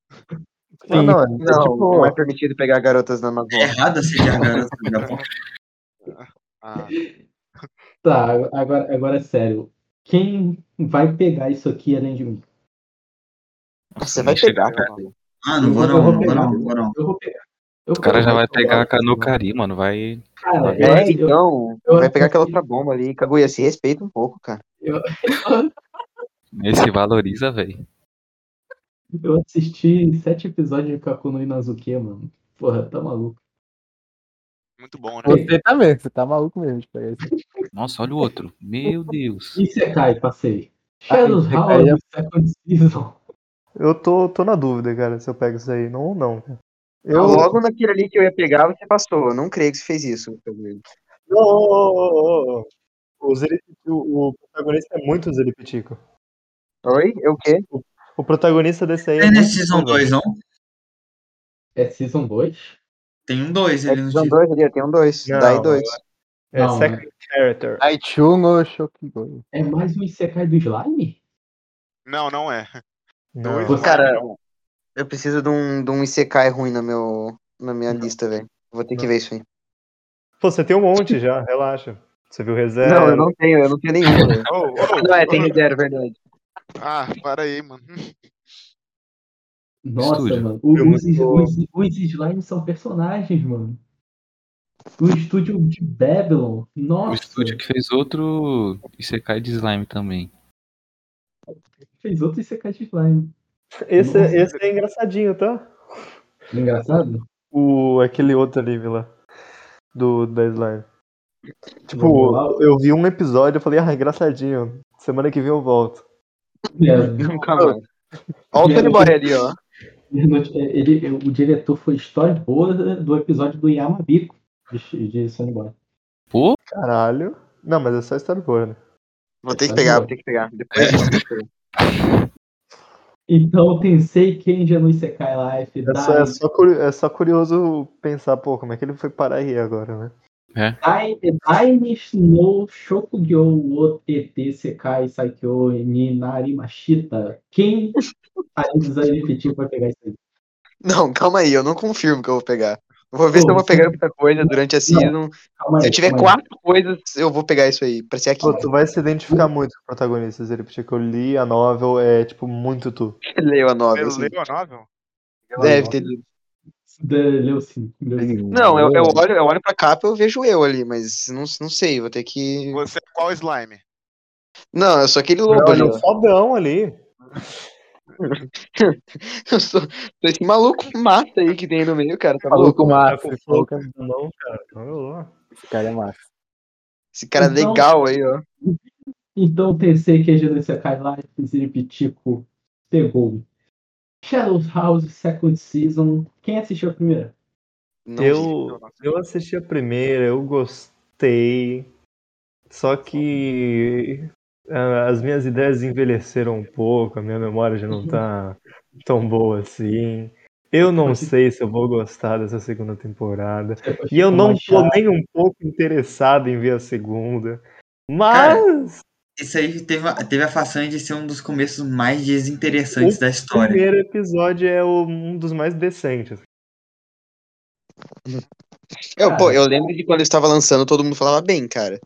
S2: sei. Ah, não, é
S7: Não,
S2: tipo-
S7: não é permitido pegar garotas na
S5: É
S7: Amazônia.
S5: errado assediar garotas no Japão.
S4: Ah,
S1: Tá, agora, agora é sério. Quem vai pegar isso aqui além de mim?
S7: Você vai
S6: Não chega,
S7: pegar,
S6: cara.
S7: cara.
S5: Ah, não vou não, não vou não, não vou não.
S1: Eu vou pegar. Eu
S6: O cara já vai
S1: pego.
S6: pegar a Canocari, mano. Vai.
S1: Cara, eu,
S7: É,
S1: acho- eu,
S7: então,
S1: eu-
S7: vai pegar aquela outra bomba ali. Kaguya, se respeita um pouco, cara.
S6: Esse valoriza, velho.
S3: então.
S1: eu assisti sete episódios de Kakuno Inazuke, mano. Porra, tá maluco.
S4: muito bom, né?
S3: Você também, você tá maluco mesmo de pegar isso.
S6: Nossa, olha o outro. Meu Deus.
S1: Isekai, passei. Shadows
S3: Ah,
S1: House,
S3: Isekai é-
S1: Second Season.
S2: Eu tô, tô na dúvida, cara, se eu pego isso aí. Não ou não, cara. Eu.
S7: Ah, Logo naquele ali que eu ia pegar, você passou. Eu não creio que você fez isso. Kaguya.
S2: Ô, ô, ô, ô, ô. O, Zeripiti- o- o protagonista é muito Zeripitico.
S7: Oi? Eu o quê?
S2: O protagonista desse aí é.
S5: Tem
S2: muito
S5: nesse Season
S2: Zeripitico.
S5: 2, não?
S1: É Season 2?
S5: Tem um 2
S7: É,
S5: ali no
S7: são
S5: título.
S7: dois ali, tem um dois.
S2: Não,
S7: Dai dois.
S2: É
S1: Não,
S2: Second Character.
S3: Aichu no Shokigoi.
S1: É mais um Isekai do Slime?
S4: Não, não é.
S2: Não.
S4: Dois.
S7: Cara, eu preciso de um, de um ICK ruim na, meu, na minha lista, velho. Vou ter que ver isso aí.
S2: Pô, você tem um monte já, relaxa. Você viu reserva.
S7: Não, eu não tenho, eu não tenho nenhum. velho.
S4: Ô, ô,
S7: Não, é,
S4: ô.
S7: tem zero, verdade.
S4: Ah, para aí, mano.
S1: Nossa,
S6: Estúdio.
S1: mano. o-
S2: Eu
S1: Os,
S2: vou-
S1: os, os Slimes são personagens, mano. do estúdio de Babylon.
S6: O
S1: Nossa,
S6: estúdio que fez outro Isekai de Slime também.
S1: fez outro ICK de Slime.
S2: Esse,
S1: Nossa.
S2: esse é engraçadinho, tá?
S1: Engraçado?
S2: O, aquele outro anime lá. Do, da Slime.
S1: Vamos
S2: Tipo,
S1: lá.
S2: eu vi um episódio e falei, ah, engraçadinho. Semana que vem eu volto.
S1: É,
S6: Nunca mais.
S1: Olha o
S7: Olha o
S1: Tony
S7: Tony
S1: Boy
S7: ali, ó.
S1: ele, o diretor foi storyboard do episódio do Yamabiko de, de Sonic Boy.
S6: Pô,
S2: Caralho. Não, mas é só storyboard, né?
S7: Vou ter que pegar, vou ter que pegar. Depois eu vou.
S1: Então, Tensei Kenja no Isekai Life.
S2: É só, é, só curi- é só curioso pensar, pô, como é que ele foi parar aí agora, né?
S1: Dai- Dainish no Shokugyo wo TT Sekai Saikyo ni Narimashita. Quem parênteses aí repetir vai pegar isso aí?
S7: Não, calma aí, eu não confirmo que eu vou pegar. Eu Vou ver se eu vou pegar muita coisa durante a season.
S1: Calma
S7: Se
S1: aí,
S7: eu tiver
S1: calma aí.
S7: quatro coisas, eu vou pegar isso aí. Pra ser aqui.
S2: Pô, tu vai se identificar muito com o protagonista, Zeri, porque eu li a novel, é tipo muito tu.
S7: Leu a
S4: Você
S7: nova. assim.
S4: leu a novel?
S7: Deve ter lido.
S1: De- Leu sim. Leu sim.
S7: Não, eu, eu olho, eu olho pra capa e eu vejo eu ali, mas não, não sei, vou ter que.
S4: Você é qual slime?
S7: Não, eu sou aquele lobo
S2: Não,
S7: ali,
S2: ele é um
S7: ó.
S2: fodão ali.
S7: Eu sou, sou esse maluco mata aí que tem aí no meio, cara. Tá
S3: Falou
S7: maluco?
S3: com o
S2: Tá
S3: Márcio.
S2: com
S3: Falou com
S2: fogo na mão, cara. Olha lá.
S3: esse cara é Márcio.
S7: Esse cara
S1: Então-
S7: legal aí, ó.
S1: Então, Tensei Kenja no Isekai Life, Ziripitico, pegou. Shadows House Second Season. Quem assistiu a primeira?
S7: Não vi.
S2: Eu, eu assisti a primeira, eu gostei. Só que ah, as minhas ideias envelheceram um pouco, a minha memória já não tá tão boa assim. Eu não sei se eu vou gostar dessa segunda temporada. E eu não tô nem um pouco interessado em ver a segunda. Mas
S5: Isso aí teve, a- teve a façanha de ser um dos começos mais desinteressantes da
S2: o
S5: história.
S2: primeiro episódio é o- um dos mais decentes.
S7: Eu, pô,
S1: Cara.
S7: eu lembro de quando eu estava lançando, todo mundo falava bem, cara.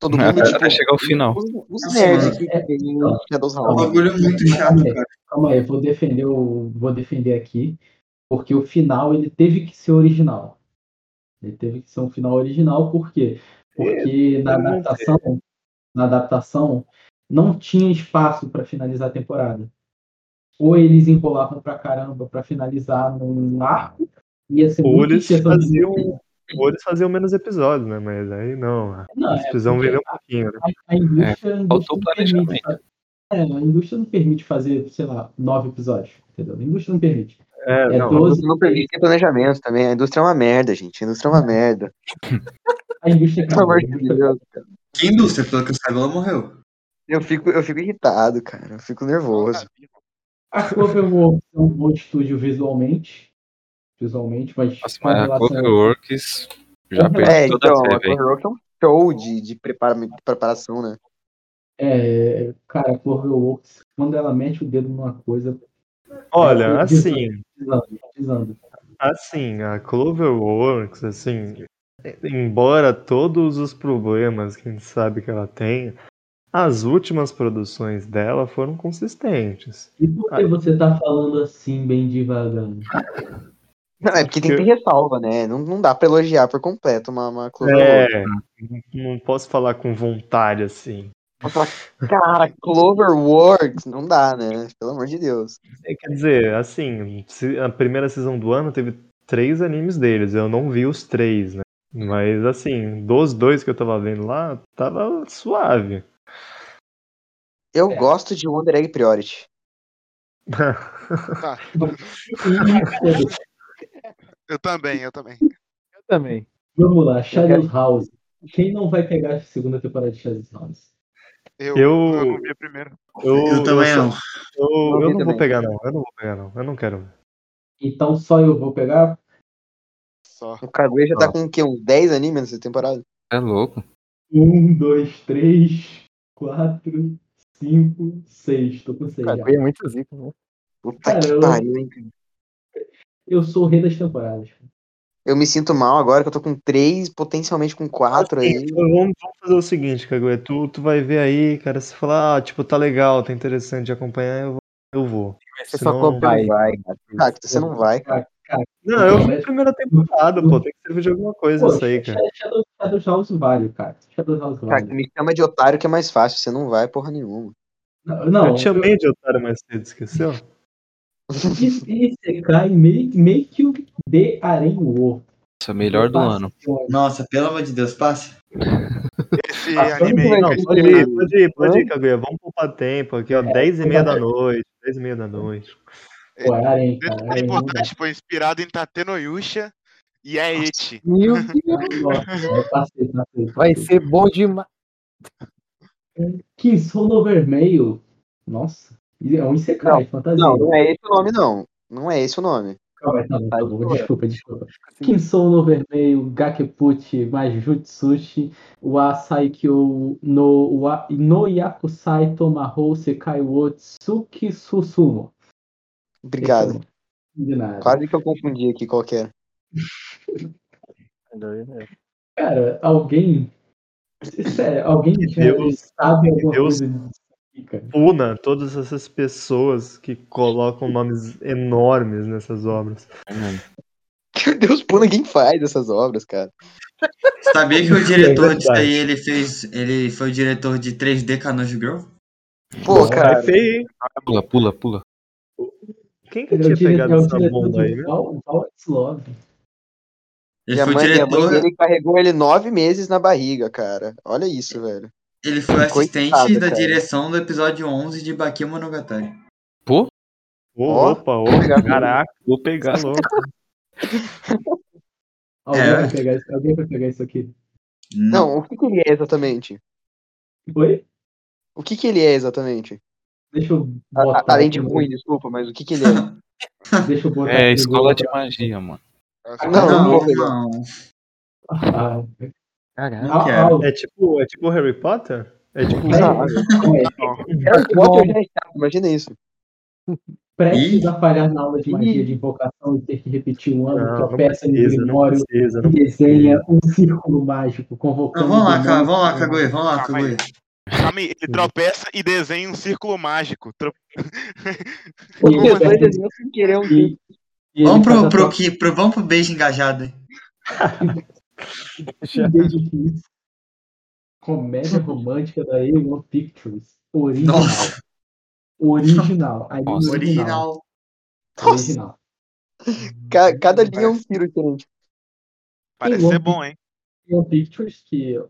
S7: Todo mundo,
S6: até,
S7: tipo,
S6: até chegar ao final.
S7: os, os
S5: Nossa,
S7: nerds
S5: mano.
S7: né, que tem
S1: Não.
S7: Shadows
S5: É um
S7: House.
S5: bagulho muito chato, cara.
S1: Calma aí, eu vou defender, o, vou defender aqui, porque o final ele teve que ser original. Ele teve que ser um final original, por quê? Porque na
S2: É, eu não
S1: adaptação, na adaptação não tinha espaço para finalizar a temporada. Ou eles enrolavam pra caramba pra finalizar num arco, ia ser
S2: Ou
S1: muito
S2: eles
S1: difícil.
S2: faziam, ou eles faziam menos episódios, né? Mas aí não.
S1: Não, é
S2: Eles precisam
S1: porque
S2: vender um
S1: a-
S2: pouquinho, né?
S1: a, a indústria, a indústria
S6: É, faltou
S1: não
S6: planejamento.
S1: permite fazer- é, a indústria não permite fazer, sei lá, nove episódios, entendeu? A indústria não permite.
S2: É,
S1: É
S2: não.
S1: doze.
S7: Não permite planejamento também. A indústria é uma merda, gente. A indústria é uma merda.
S1: A indústria é
S7: Pelo
S1: acabou.
S7: amor de Deus.
S5: Que indústria, pelo que eu saiba, ela morreu.
S7: Eu fico, eu fico irritado, cara. Eu fico nervoso.
S1: A Cloverworks é um bom estúdio visualmente. Visualmente, mas.
S6: Nossa,
S1: com
S6: mas a
S1: relação-
S6: Cloverworks É, já
S1: Com
S6: perde
S7: né? É,
S6: toda
S7: então,
S6: a
S7: a
S6: fé, velho.
S7: Cloverworks é um show de, de prepara- preparação, né?
S1: É, cara, a Cloverworks, quando ela mete o dedo numa coisa, tá
S2: Olha,
S1: Diz-
S2: assim,
S1: pisando, pisando.
S2: assim, a Cloverworks, assim, embora todos os problemas que a gente sabe que ela tem, as últimas produções dela foram consistentes.
S1: E por que
S2: Ah.
S1: você tá falando assim, bem devagar?
S7: Não, é porque tem que ter ressalva, né? Não, não dá pra elogiar por completo uma, uma Cloverworks.
S2: É, não posso falar com vontade assim.
S7: Vou falar, Cara, Cloverworks, não dá, né? Pelo amor de Deus.
S2: É, Quer dizer, assim, se- a primeira season do ano teve três animes deles. Eu não vi os três, né? Mas assim, dos dois que eu tava vendo lá, tava suave.
S7: Eu
S1: É.
S7: gosto de Wonder Egg Priority.
S4: Tá,
S1: E,
S4: eu também, eu também.
S3: Eu também.
S1: vamos lá, Shadows House. Quem não vai pegar a segunda temporada de Shadows House?
S4: Eu,
S2: Eu-
S4: eu não vi a primeira.
S5: Eu, também
S2: eu,
S5: não.
S2: Eu, eu não
S7: vi
S2: vou
S7: também.
S2: pegar, não. Eu não vou pegar, não. Eu não quero.
S1: Então só eu vou pegar?
S4: Só.
S7: O Kaguya já tá com o quê? Uns 10 animes nessa temporada?
S6: É louco.
S1: Um, dois, três, quatro, cinco, seis. Tô com seis já.
S3: Cara, é muito zica, né?
S7: Puta que
S1: Caramba.
S7: pariu, hein? cara.
S1: Eu sou o rei das temporadas.
S7: Eu me sinto mal agora que eu tô com 3, potencialmente com 4
S2: Assim,
S7: aí.
S2: vamos, vamos fazer o seguinte, Kaguya. Tu, tu vai ver aí, cara, se falar, ah, tipo, tá legal, tá interessante de acompanhar, eu vou. Eu vou.
S3: Vai ser
S2: Senão-
S3: é só cobaia.
S7: Vai, cara. Cacto, você não vai, cara.
S1: cara.
S2: Não, eu vi a primeira temporada, pô. Tem que servir de alguma coisa isso aí, cara.
S1: Shadow, Shadow House vale, cara. Shadow House
S7: Cara,
S1: vale.
S7: me chama de otário que é mais fácil, você não vai porra nenhuma.
S1: Não, não
S2: eu te chamei de otário mais cedo, esqueceu?
S1: Isekai é Make, make You de Arém War.
S6: Nossa, é melhor do
S1: Nossa
S6: ano.
S1: Senhora.
S5: Nossa, pelo amor de Deus, passe.
S4: Esse
S1: Ah,
S4: anime aí.
S2: Não, pode ir, pode ir, pode ir, Kaguya. Vamos poupar tempo aqui, ó. 10 e meia da noite. 10 e meia da noite.
S1: Pô, é Arém, cara.
S4: Detalhe
S1: Arém não dá.
S4: importante, foi inspirado em Tateno Yusha e é Eti.
S3: Meu
S1: Nossa, é parceiro, parceiro,
S3: Vai
S1: parceiro.
S3: ser bom demais.
S1: Que Sono Vermelho. Nossa. É um Isekai, fantasia.
S7: Não, não é esse o nome, não. Não é esse o nome.
S1: Calma aí, tá bom, tá bom. Desculpa, desculpa. Kinsou no vermelho, Gakepuchi mais Jutsushi, wa Saikyo no, wa, no Yakusai Tomahou Sekai wo Tsuki Susumo.
S7: Obrigado.
S1: De nada.
S7: Quase que eu confundi aqui qualquer.
S3: é né?
S1: Cara, alguém. Sério, alguém já
S2: Deus-
S1: sabe alguma
S2: Deus-
S1: coisa disso aqui, cara?
S2: Puna todas essas pessoas que colocam nomes enormes nessas obras.
S7: Meu Deus, pô, ninguém faz essas obras, cara.
S5: Sabia que o diretor disso
S2: verdade.
S5: aí, ele fez. Ele foi o diretor de 3D Canojo Girl?
S7: Pô,
S2: Cara,
S7: cara.
S2: é feio, hein?
S6: Pula, pula, pula.
S2: Quem que
S1: Ele é o
S2: tinha
S1: diretor,
S2: pegado
S1: é o
S2: essa
S1: diretor
S2: bomba aí,
S1: de
S2: né?
S1: Val, Val It's Love.
S5: Ele
S7: Minha
S5: foi o
S7: mãe, minha mãe
S5: diretor,
S7: dele carregou ele nove meses na barriga, cara. Olha isso, velho.
S5: ele foi assistente
S7: Coitado,
S5: da
S7: cara.
S5: direção do episódio 11 de Bakia Monogatari.
S6: Pô,
S2: Ô,
S7: Ó.
S2: Opa, opa, caraca,
S6: vou pegar.
S2: tá louco.
S1: Alguém,
S5: É.
S1: vai pegar isso, alguém vai pegar isso aqui.
S5: Não.
S7: Não, o que, que ele é exatamente?
S1: Oi?
S7: O que, que ele é exatamente?
S1: Deixa eu
S7: A- a-
S1: botar.
S7: além de
S1: aqui no-
S7: ruim, desculpa, mas o que, que ele é?
S1: Deixa eu botar
S6: É,
S1: aqui no
S6: escola
S1: Google
S6: de magia, mano.
S7: Não, não
S5: não,
S7: vou pegar.
S5: não.
S1: Ah,
S3: Caralho.
S5: Não quero.
S1: ah,
S2: É tipo, é tipo Harry Potter? É tipo.
S1: Não. Calma aí.
S7: Harry Potter já é chato, imagina isso.
S1: Prestes
S5: Ih.
S1: a falhar na aula de
S7: Ih.
S1: magia de invocação e ter que repetir um ano,
S2: Não, não
S1: tropeça no
S2: precisa, não
S1: grimório
S2: precisa,
S1: e
S2: não
S1: desenha um círculo mágico
S5: Não,
S1: convocando.
S5: vamos lá,
S1: demônios.
S5: cara, vamos lá, Kaguya, vamos lá,
S4: Ah, mas-
S5: Kaguya.
S4: Calma aí, ele tropeça e desenha um círculo mágico. Tro-
S1: E ele
S7: Os dois
S1: perde-
S7: desenham sem querer um
S1: e- e ele tá
S5: Vamos pro,
S1: faz
S5: pro, que, pro, vamos pro beijo engajado. hein?
S1: a desde que isso. é Comédia romântica da A1 Pictures. Original.
S5: Nossa.
S1: Original. anime
S6: Nossa.
S1: Original.
S5: Original.
S7: Nossa,
S1: Original.
S7: ca- cada linha é um tiro diferente.
S4: Parece
S1: Tem
S4: ser
S1: lobo.
S4: bom, hein?
S1: Neon Pictures, que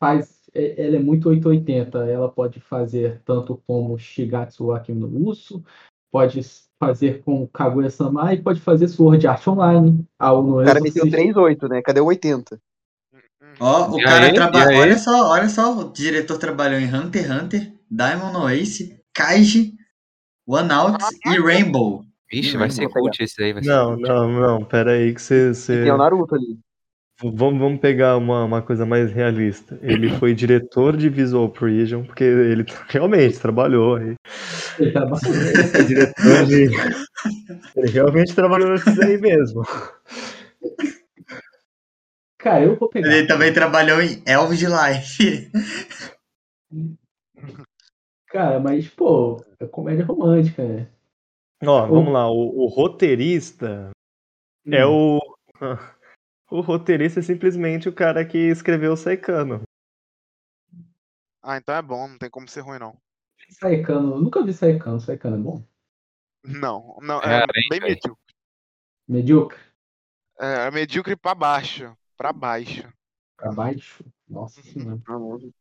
S1: faz. é- Ela é muito 880. Ela pode fazer tanto como Shigatsu wa Kimi no Uso, pode s- fazer com Kaguya-sama e pode fazer Sword Art Online. Ao no
S7: O cara meteu
S1: Exorcist.
S7: 3-8, né? Cadê o 80?
S4: Hum.
S5: Ó, o
S6: E
S5: cara
S6: aí? E
S5: trabalha.
S6: aí?
S5: Olha só, olha só, o diretor trabalhou em Hunter x Hunter, Diamond no Ace, Kaiji, One Out e Rainbow.
S6: Ixi,
S5: Não,
S6: vai
S5: não
S6: ser
S7: vou pegar.
S6: cult esse aí, vai ser
S2: Não,
S6: cult.
S2: não, não, pera aí que você. você-
S7: Tem é o Naruto ali.
S2: Vamos, vamos pegar uma, uma coisa mais realista. Ele foi diretor de Visual Prison, porque ele realmente trabalhou aí.
S1: Ele tá bacana.
S2: Ele é diretor de. Ele realmente trabalhou nesses aí mesmo.
S1: Cara, eu vou pegar.
S5: Ele também trabalhou em Elvis de Life.
S1: Cara, mas, pô, é comédia romântica, né?
S2: Ó, vamos lá, o, o roteirista é o. O roteirista é simplesmente o cara que escreveu o Saikano.
S4: Ah, então é bom, não tem como ser ruim, não.
S1: Saikano. Nunca vi Saikano. Saikano é bom.
S4: Não, não, é,
S6: É, hein,
S4: bem
S6: véi.
S4: medíocre.
S1: Medíocre.
S4: É, é medíocre pra baixo. Pra baixo.
S1: Pra baixo. Nossa
S7: Uhum.
S1: senhora.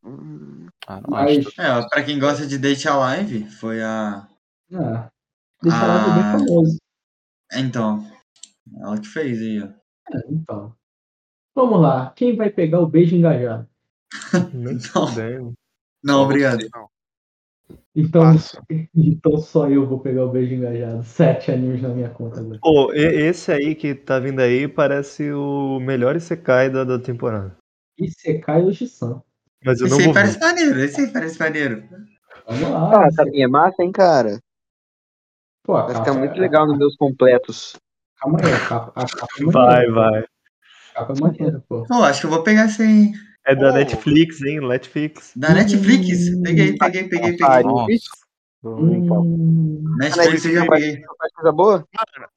S7: Hum,
S6: Ah, não
S1: Mas.
S6: acho.
S5: É, ó, pra quem gosta de Date Alive, foi a.
S1: Ah, deixa lá, é bem
S5: Ah.
S1: famoso.
S5: Então, ela que fez aí, ó.
S1: É, então. Vamos lá. Quem vai pegar o beijo engajado?
S2: Nem
S5: Não.
S2: fudendo.
S5: Não, obrigado.
S4: Não,
S1: Então,
S4: passo.
S1: então só eu vou pegar o beijo engajado. Sete animes na minha conta agora.
S2: Pô, e- esse aí que tá vindo aí parece o melhor Isekai da, da temporada.
S1: Isekai Oji-san.
S2: Mas eu não
S5: Esse aí
S2: vou ver.
S5: parece maneiro, esse aí parece maneiro.
S1: Vamos lá.
S7: Ah, essa linha é massa, hein, cara?
S1: Pô, a
S7: Vai
S1: capa,
S7: ficar muito legal nos meus completos.
S1: Calma aí, a capa, a capa é
S2: Vai,
S1: maneira.
S2: vai.
S1: A capa é maneira, pô.
S5: Pô, acho que eu vou pegar esse aí, hein?
S2: É da
S4: Oh.
S2: Netflix, hein? Netflix.
S5: Da Netflix. Peguei, peguei, peguei, peguei.
S6: Nossa,
S3: Vamos brincar.
S1: Hum,
S5: Netflix eu já
S4: Netflix,
S5: peguei.
S7: Faz coisa boa?
S4: Mano,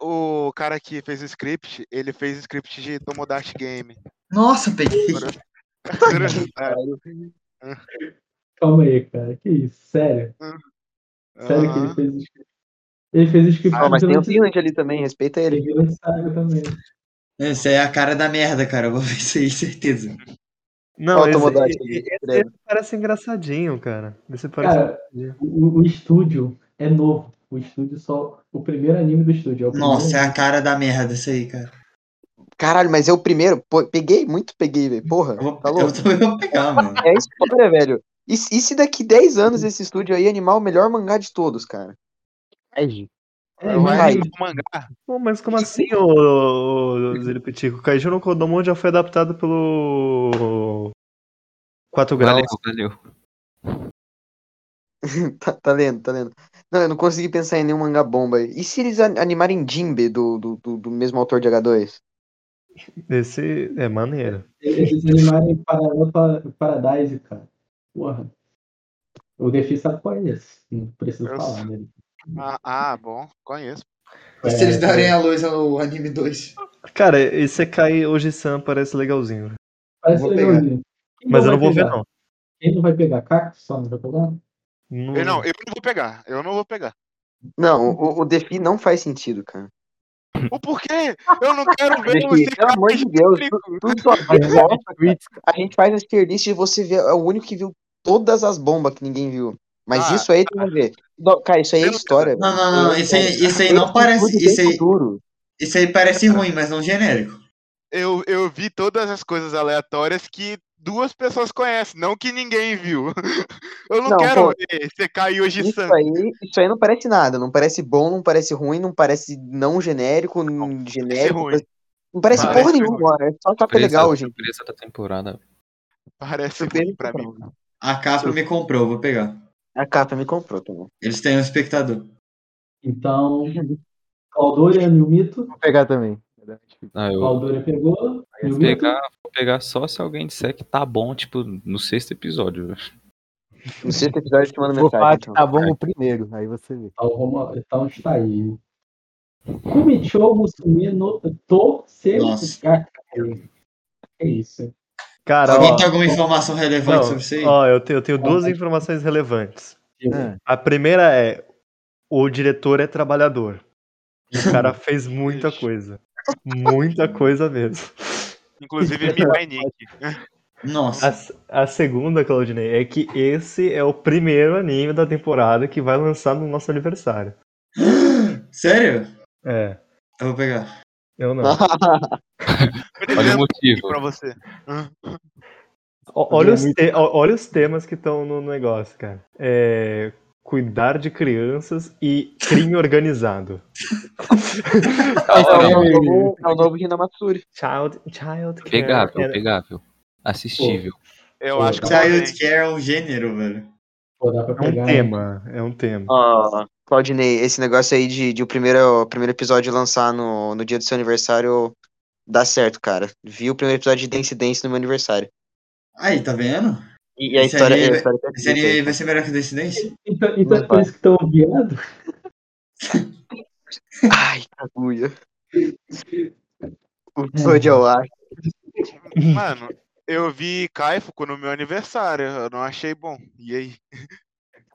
S4: O, o cara que fez o script, ele fez o script de Tomodachi Game.
S5: Nossa, peguei.
S4: É,
S1: Calma aí, cara. Que isso? Sério?
S4: É.
S1: Sério que ele
S4: aham.
S1: fez o script? Ele fez o script
S7: Ah, mas
S1: do
S7: tem o
S1: Vinland
S7: Finland ali também, respeita ele.
S1: Vinland Saga também.
S5: Essa é a cara da merda, cara. Eu vou ver isso aí, certeza.
S2: Não, esse,
S7: Automodate,
S2: esse-
S7: né?
S2: esse parece engraçadinho, cara. Esse parece... um- é.
S1: Cara, o, o estúdio é novo. O estúdio só. O primeiro anime do estúdio. É o primeiro
S5: Nossa, é a cara da merda isso aí, cara.
S7: Caralho, mas é o primeiro. Pô, peguei, muito peguei, velho. Porra,
S5: Eu, vou,
S7: tá
S5: eu
S7: louco.
S5: também vou pegar, mano.
S7: É história, velho. E, se- e se daqui 10 anos esse estúdio aí animar o melhor mangá de todos, cara?
S1: É,
S4: vai
S1: mas-
S4: lançar um mangá.
S2: Pô, mas como assim, ô, ô Ziripitico? Kaiju no Kodomo já foi adaptado pelo... 4 graus.
S6: Valeu, valeu.
S7: tá, tá lendo, tá lendo. Não, eu não consegui pensar em nenhum mangá bomba aí. E se eles an- animarem Jimbe do, do, do, do mesmo autor de H2?
S2: Esse é maneiro.
S1: Eles animarem Paralelo Pa- Paradise, cara. Porra. O Defi sabe qual é esse. Não preciso
S4: Eu
S1: falar, né?
S4: Ah, ah, bom, conheço.
S5: E se eles darem a luz ao anime 2?
S2: Cara, esse Kai Oji-san parece legalzinho.
S1: Parece
S5: Vou
S1: legalzinho. Quem
S2: Mas eu não
S1: vai
S2: vou ver,
S1: pegar?
S2: não.
S1: Quem não vai pegar? Cacto só não vai pegar?
S2: Não-
S4: Eu não, eu não vou pegar. Eu não vou pegar.
S7: Não, o, o Defi não faz sentido, cara.
S4: O porquê? Eu não quero ver
S7: Defi,
S4: você.
S7: pelo amor de Deus, tu- tudo só faz bosta, cara. A gente faz as tier list e você vê, é o único que viu todas as bombas que ninguém viu. Mas
S4: Ah,
S7: isso aí tem a ver. Não, cara, isso aí é
S4: Beleza.
S7: história.
S5: Não, não, não. Isso aí, isso aí não parece. Isso aí, isso aí parece ruim, mas não genérico.
S4: Eu, eu vi todas as coisas aleatórias que duas pessoas conhecem, não que ninguém viw. Eu não,
S7: Não,
S4: quero
S7: pô.
S4: ver você cair hoje
S7: Isso
S4: sangue.
S7: aí, isso aí não parece nada, não parece bom, não parece ruim, não parece não genérico, não genérico.
S4: ruim.
S7: Não parece
S4: Parece
S7: porra nenhuma,
S4: ruim.
S7: agora. É só capa legal, gente.
S6: Surpresa da temporada.
S4: Parece
S7: Surpresa
S4: ruim pra mim.
S7: comprou.
S5: A capa me comprou, vou pegar.
S7: A capa me comprou também.
S5: Eles têm um espectador.
S1: Então, Caldoria no mito.
S3: Vou pegar também.
S6: Ah, eu
S1: Caldoria pegou.
S3: Aí
S1: No
S6: vou pegar, vou pegar só se alguém disser que tá bom, tipo, no sexto episódio. velho.
S7: No sexto episódio eu te mando
S3: Vou falar
S7: mensagem.
S3: que
S7: Então.
S3: tá bom o primeiro, aí você vê.
S1: Então, vamos, então está aí. Kumichou Musume no To
S5: Nossa.
S1: Seikakari. É isso.
S2: Cara,
S5: Alguém
S2: ó,
S5: tem alguma informação relevante
S2: não,
S5: sobre isso aí?
S2: ó, eu tenho, eu tenho duas
S1: Ah.
S2: informações relevantes.
S3: Ah,
S2: A primeira é, o diretor é trabalhador. O cara fez muita
S4: Ixi.
S2: coisa. Muita coisa mesmo.
S4: Inclusive, me vai Nick.
S5: Nossa.
S2: A, a segunda, Claudinei, é que esse é o primeiro anime da temporada que vai lançar no nosso aniversário.
S5: Sério?
S2: É,
S5: Eu vou pegar.
S2: eu não.
S4: Tô
S6: Olha o
S4: devendo
S6: motivo.
S4: pra você.
S2: O- Olha os, te- o- olha os temas que estão no negócio, cara. É, cuidar de crianças e crime organizado.
S7: é, o novo, é o novo Hinamatsuri.
S2: Child, child care
S6: Pegável,
S2: and-
S6: pegável. Assistível.
S4: Eu
S1: Pô,
S4: acho que eu vou
S5: Child
S4: ver.
S5: Care é um gênero, velho.
S1: Pô, dá pra
S2: É um
S1: pegar. né?
S2: tema, é um tema.
S7: Ó, Claudinei, esse negócio aí de, de o primeiro, o primeiro episódio lançar no, no dia do seu aniversário dá certo, cara. Vi o primeiro episódio de Dance Dance no meu aniversário.
S5: Aí, tá vendo?
S7: E, e a
S5: Esse
S7: história.
S5: anime-
S7: e a história tá
S5: Esse é-
S7: escrita aí.
S5: anime vai ser melhor que o Decidência?
S1: Então, então é
S7: Não,
S1: por isso que estão ouvindo.
S7: Ai, agulha. O Toad é o ar.
S4: Mano, eu vi Caifuco no meu aniversário. Eu não achei bom. E aí?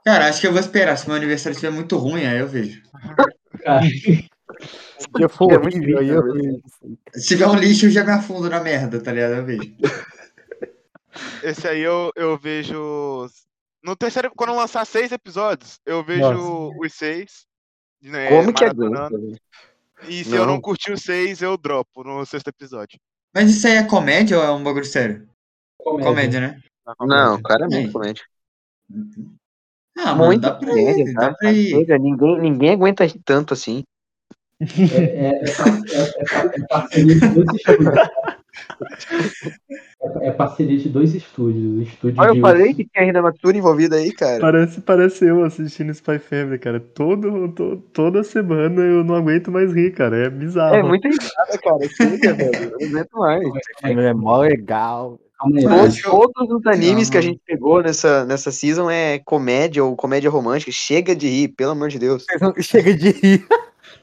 S5: Cara, acho que eu vou esperar. Se meu aniversário estiver muito ruim, aí eu vejo.
S1: Cara,
S3: Se eu for
S7: É muito
S3: horrível, aí eu vejo.
S5: Se tiver um lixo, eu já me afundo na merda, tá ligado? Eu vejo.
S4: Esse aí eu, eu vejo. No terceiro, quando lançar seis episódios, eu vejo
S2: Nossa.
S4: os seis. né,
S7: Como que é aguenta?
S4: maratonando.
S7: velho?
S4: E se eu
S7: Não.
S4: não curtir os seis, eu dropo no sexto episódio.
S5: Mas isso aí é comédia ou é um bagulho sério?
S1: comédia.
S5: Comédia, né?
S7: Não, claramente
S5: É.
S7: comédia.
S5: Ah, mano,
S7: Muito
S5: dá pra
S7: comédia,
S5: ir.
S7: tá?
S5: Dá pra ir.
S7: Chega, ninguém, ninguém aguenta tanto assim.
S1: É, é, é, par- é- é par- é parceria de dois estúdios. É, é parceria de dois estúdios. O estúdio
S7: Olha, eu
S1: de-
S7: falei que tinha Rina Matsuri envolvida aí, cara.
S2: Parece, parece eu assistindo Spy Family, cara. Todo, to- toda semana eu não aguento mais rir, cara. É bizarro.
S7: É muito risada, cara. Chega, velho. Eu não aguento mais.
S3: É mó legal.
S1: Calma aí,
S5: Pô,
S1: mas-
S7: Todos,
S5: acho que eu-
S7: todos os animes
S5: Não.
S7: que a gente pegou nessa, nessa season é comédia ou comédia romântica. Chega de rir, pelo amor de Deus.
S3: Vocês não- Chega de rir.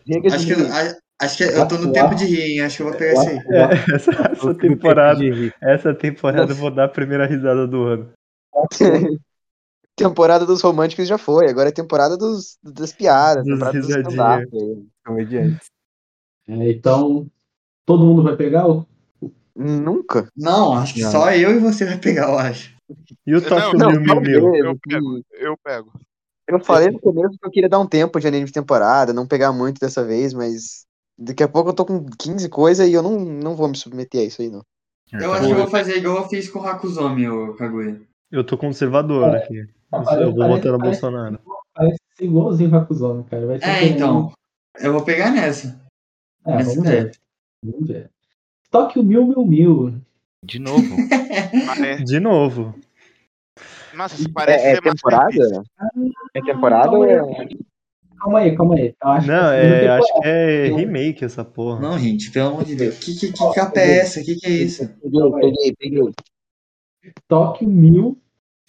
S1: Diga-se
S5: Acho que,
S1: de-
S5: a- acho que eu tô no tempo de rir, hein? Acho que eu vou pegar esse aí.
S2: Essa, essa
S3: Eu fico
S2: temporada,
S3: de rir.
S2: essa temporada eu vou dar a primeira risada do ano.
S7: temporada dos românticos já foi, agora é temporada dos, das piadas,
S2: Dos
S7: temporada dos
S2: risadinhas.
S7: stand-up aí.
S3: Comediante.
S1: É, então, todo mundo vai pegar o.
S7: Nunca.
S5: Não, acho que
S3: Não.
S5: só eu e você vai pegar, eu acho.
S2: E o
S4: Não,
S2: Toque
S4: não,
S2: do Miu Miu?
S4: eu pego. Eu pego.
S7: Eu falei no começo que eu queria dar um tempo de anime de temporada, não pegar muito dessa vez, mas daqui a pouco eu tô com 15 coisas e eu não, não vou me submeter a isso aí, não.
S5: Eu acho que eu vou fazer igual eu fiz com o Hakuzomi, o Kaguya.
S2: Eu tô
S1: É,
S2: conservador aqui.
S1: tá
S2: Eu vou votar no Bolsonaro.
S1: Parece ser igualzinho o Hakuzone, cara. Vai ter
S5: É,
S1: que-
S5: então. Eu vou pegar nessa.
S1: É,
S5: Essa
S1: vamos
S5: ideia.
S1: ver. Vamos ver. Toque o mil, mil, mil.
S6: De novo.
S4: Pare-
S2: De novo.
S4: Nossa, isso parece
S7: É,
S4: ser Master Beast.
S7: temporada? É temporada
S1: Calma
S7: ou
S1: aí,
S7: é.
S1: calma aí, calma aí. Eu acho
S2: Não,
S1: que essa
S2: é,
S1: não
S2: acho que é remake essa porra.
S5: Não, gente, pelo amor de Deus. Que, que, que capa é essa? Que que é isso?
S7: Peguei, peguei.
S1: tem- Toque o mil,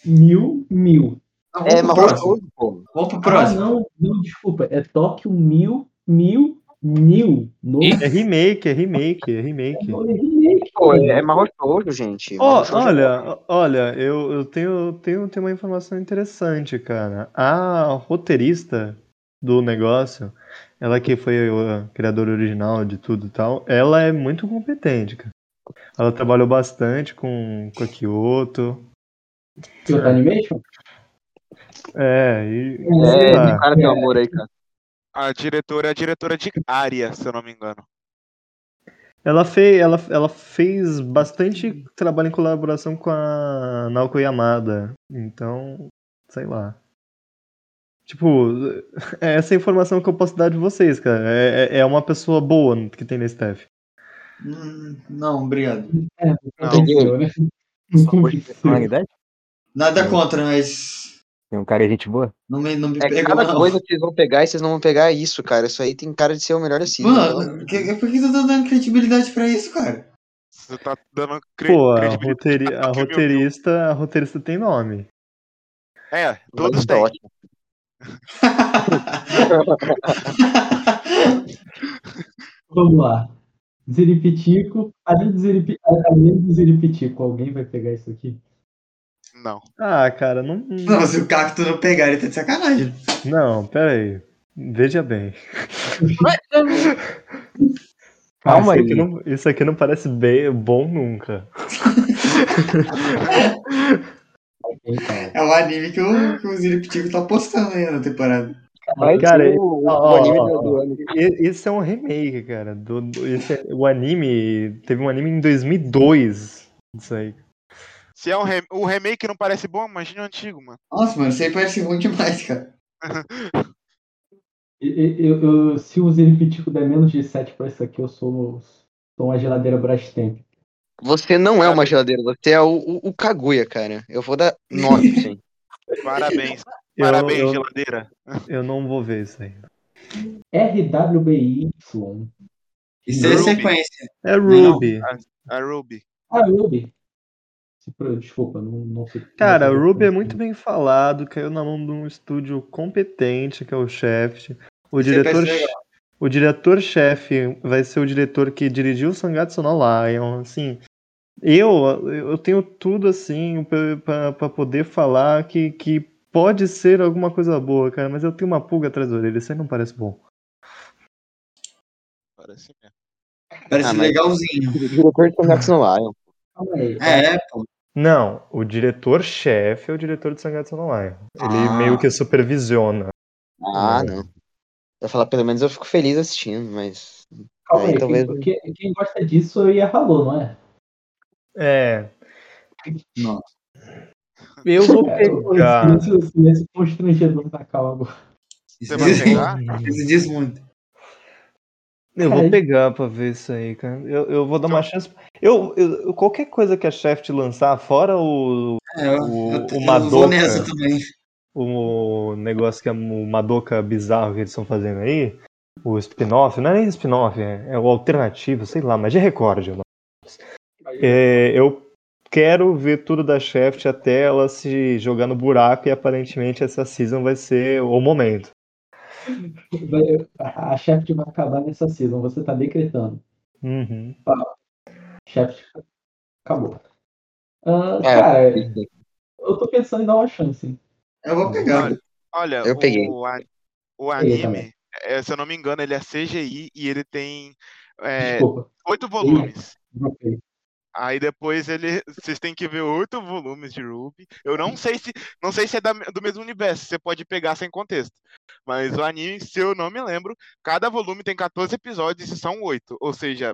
S1: mil, mil.
S5: Não, vamos
S7: É,
S5: pro
S7: mas
S5: próximo.
S7: pô.
S5: Vamos pro
S1: Ah,
S5: próximo.
S1: não, não, desculpa. É toque o mil, mil, mil. No...
S6: Ih.
S2: É remake, é remake, é remake.
S1: no remake,
S7: Pô,
S1: cara.
S7: é, é marrochoso, gente. um
S2: Ó,
S7: Mahou Shoujo.
S2: olha, olha, eu, eu tenho, tenho, tenho uma informação interessante, cara. A roteirista do negócio, ela que foi a criadora original de tudo e tal, ela é muito competente, cara. Ela trabalhou bastante com, com a Kyoto.
S1: Kyoto tá Animation?
S2: É, e.
S7: É,
S2: sei lá.
S7: esse cara tem amor aí, cara.
S4: A diretora é a diretora de área, se eu não me engano.
S2: Ela, fez, ela, ela fez bastante trabalho em colaboração com a Naoko Yamada. Então, sei lá. Tipo, é essa informação que eu posso dar de vocês, cara. É, é- é uma pessoa boa que tem nesse staff.
S5: Hum, Não, obrigado.
S4: Não.
S1: Entendeu, né? Não
S2: é
S1: convenceu.
S3: Personalidade?
S5: Nada contra, mas.
S3: Tem um cara de gente boa?
S5: Não me, não me
S7: É que
S5: pegou,
S7: cada
S5: não.
S7: coisa que vocês vão pegar e vocês não vão pegar é isso, cara. Isso aí tem cara de ser o melhor assim.
S5: Mano, que, por que você tá dando credibilidade pra isso, cara?
S4: Você tá dando cre
S2: Pô, a,
S4: credibilidade.
S2: roteiri- a
S4: Não, que
S2: roteirista, a roteirista tem nome.
S4: É, todos têm.
S1: Vamos lá. Ziripitico. Além do, Ziripi... Além do Ziripitico, alguém vai pegar isso aqui?
S4: Não.
S2: Ah, cara, não.
S5: não, se o cacto não pegar, ele tá de sacanagem.
S2: Não, pera aí. Veja bem.
S3: Calma
S2: Ah, isso
S3: aí.
S2: Aqui não, isso aqui não parece bem, bom nunca.
S1: Alguém
S2: Então,
S1: tá.
S5: É o anime que o, que o Ziripitico tá postando aí na temporada.
S7: Vai
S2: Cara,
S7: ser o, o
S2: ó,
S7: anime
S2: ó,
S7: do ano.
S2: E- Esse é um remake, cara. Do, do- esse é- o anime. Teve um anime em 2002. Isso aí.
S4: Se é um re- o remake não parece bom, imagina o antigo, mano.
S5: Nossa, mano, isso aí parece ruim demais, cara.
S1: E- e- eu- eu- se o Ziripitico der menos de 7 pra isso aqui, eu sou, sou uma geladeira Brastemp.
S7: Você não é uma geladeira, você é o, o, o Kaguya, cara. Eu vou dar nove, sim.
S4: Parabéns.
S2: Eu,
S4: Parabéns,
S2: eu,
S4: geladeira.
S2: eu não vou ver isso aí.
S1: RWBY.
S5: Isso aí é
S4: Ruby.
S5: sequência.
S2: É Ruby.
S4: A Ruby.
S1: Ah, Ruby. Se pro- Desculpa, não, não sei.
S2: Cara,
S1: não sei-
S2: Ruby é muito bem falado. Caiu na mão de um estúdio competente, que é o Shaft. O
S5: Isso aí
S2: diretor.
S5: parece legal.
S2: O diretor-chefe vai ser o diretor que dirigiu o Sangatsu no Lion, assim. Eu, eu tenho tudo, assim, pra- pra pra poder falar que, que pode ser alguma coisa boa, cara, mas eu tenho uma pulga atrás da orelha, isso aí não parece bom.
S4: Parece mesmo.
S5: Parece
S7: Ah, mas-
S5: legalzinho.
S7: O diretor de Sangatsu no Lion.
S1: Calma aí.
S5: É, pô.
S2: Não, o diretor-chefe é o diretor de Sangatsu no Lion. Ele
S5: Ah.
S2: meio que supervisiona.
S7: Ah, não. Eu ia falar, pelo menos eu fico feliz assistindo, mas.
S1: Calma
S7: Aí,
S1: aí.
S7: talvez-
S1: Quem, quem- quem gosta disso aí é falou, não é?
S2: É.
S5: Nossa.
S2: Eu vou
S1: É, o- o
S2: pegar.
S1: silêncio, o silêncio constrangedor da calma agora.
S5: Isso
S4: Você vai
S5: diz, muito.
S4: pegar?
S5: isso diz muito.
S2: Eu
S1: Ai.
S2: vou pegar pra ver isso aí, cara. Eu, eu vou dar uma chance. Eu, eu- qualquer coisa que a Shaft lançar, fora o,
S5: É, eu,
S2: O-
S5: eu,
S2: o
S5: eu
S2: Madoka.
S5: vou nessa também.
S2: o negócio que é o Madoka bizarro que eles estão fazendo aí, o spin-off, não é nem spin-off, é, é o alternativo, sei lá, mas é recorde. o nome. É, eu quero ver tudo da Shaft até ela se jogar no buraco e aparentemente essa season vai ser o momento.
S1: Vai- a a Shaft vai acabar nessa season, você tá decretando.
S2: Uhum.
S1: Shaft acabou. Ah,
S7: É.
S1: Cara, eu tô pensando em dar uma chance. hein?
S5: Eu vou pegar.
S4: Olha, olha,
S7: Eu
S4: o,
S7: peguei.
S4: a- o
S1: Peguei
S4: anime,
S1: também.
S4: é, se eu não me engano, ele é CGI e ele tem é,
S1: Desculpa.
S4: oito volumes.
S1: dropei.
S4: Aí depois ele, vocês têm que ver oito volumes de Ruby. Eu não sei se, não sei se é da- do mesmo universo. Você pode pegar sem contexto. Mas o anime, se eu não me lembro, cada volume tem 14 episódios e são oito. Ou seja,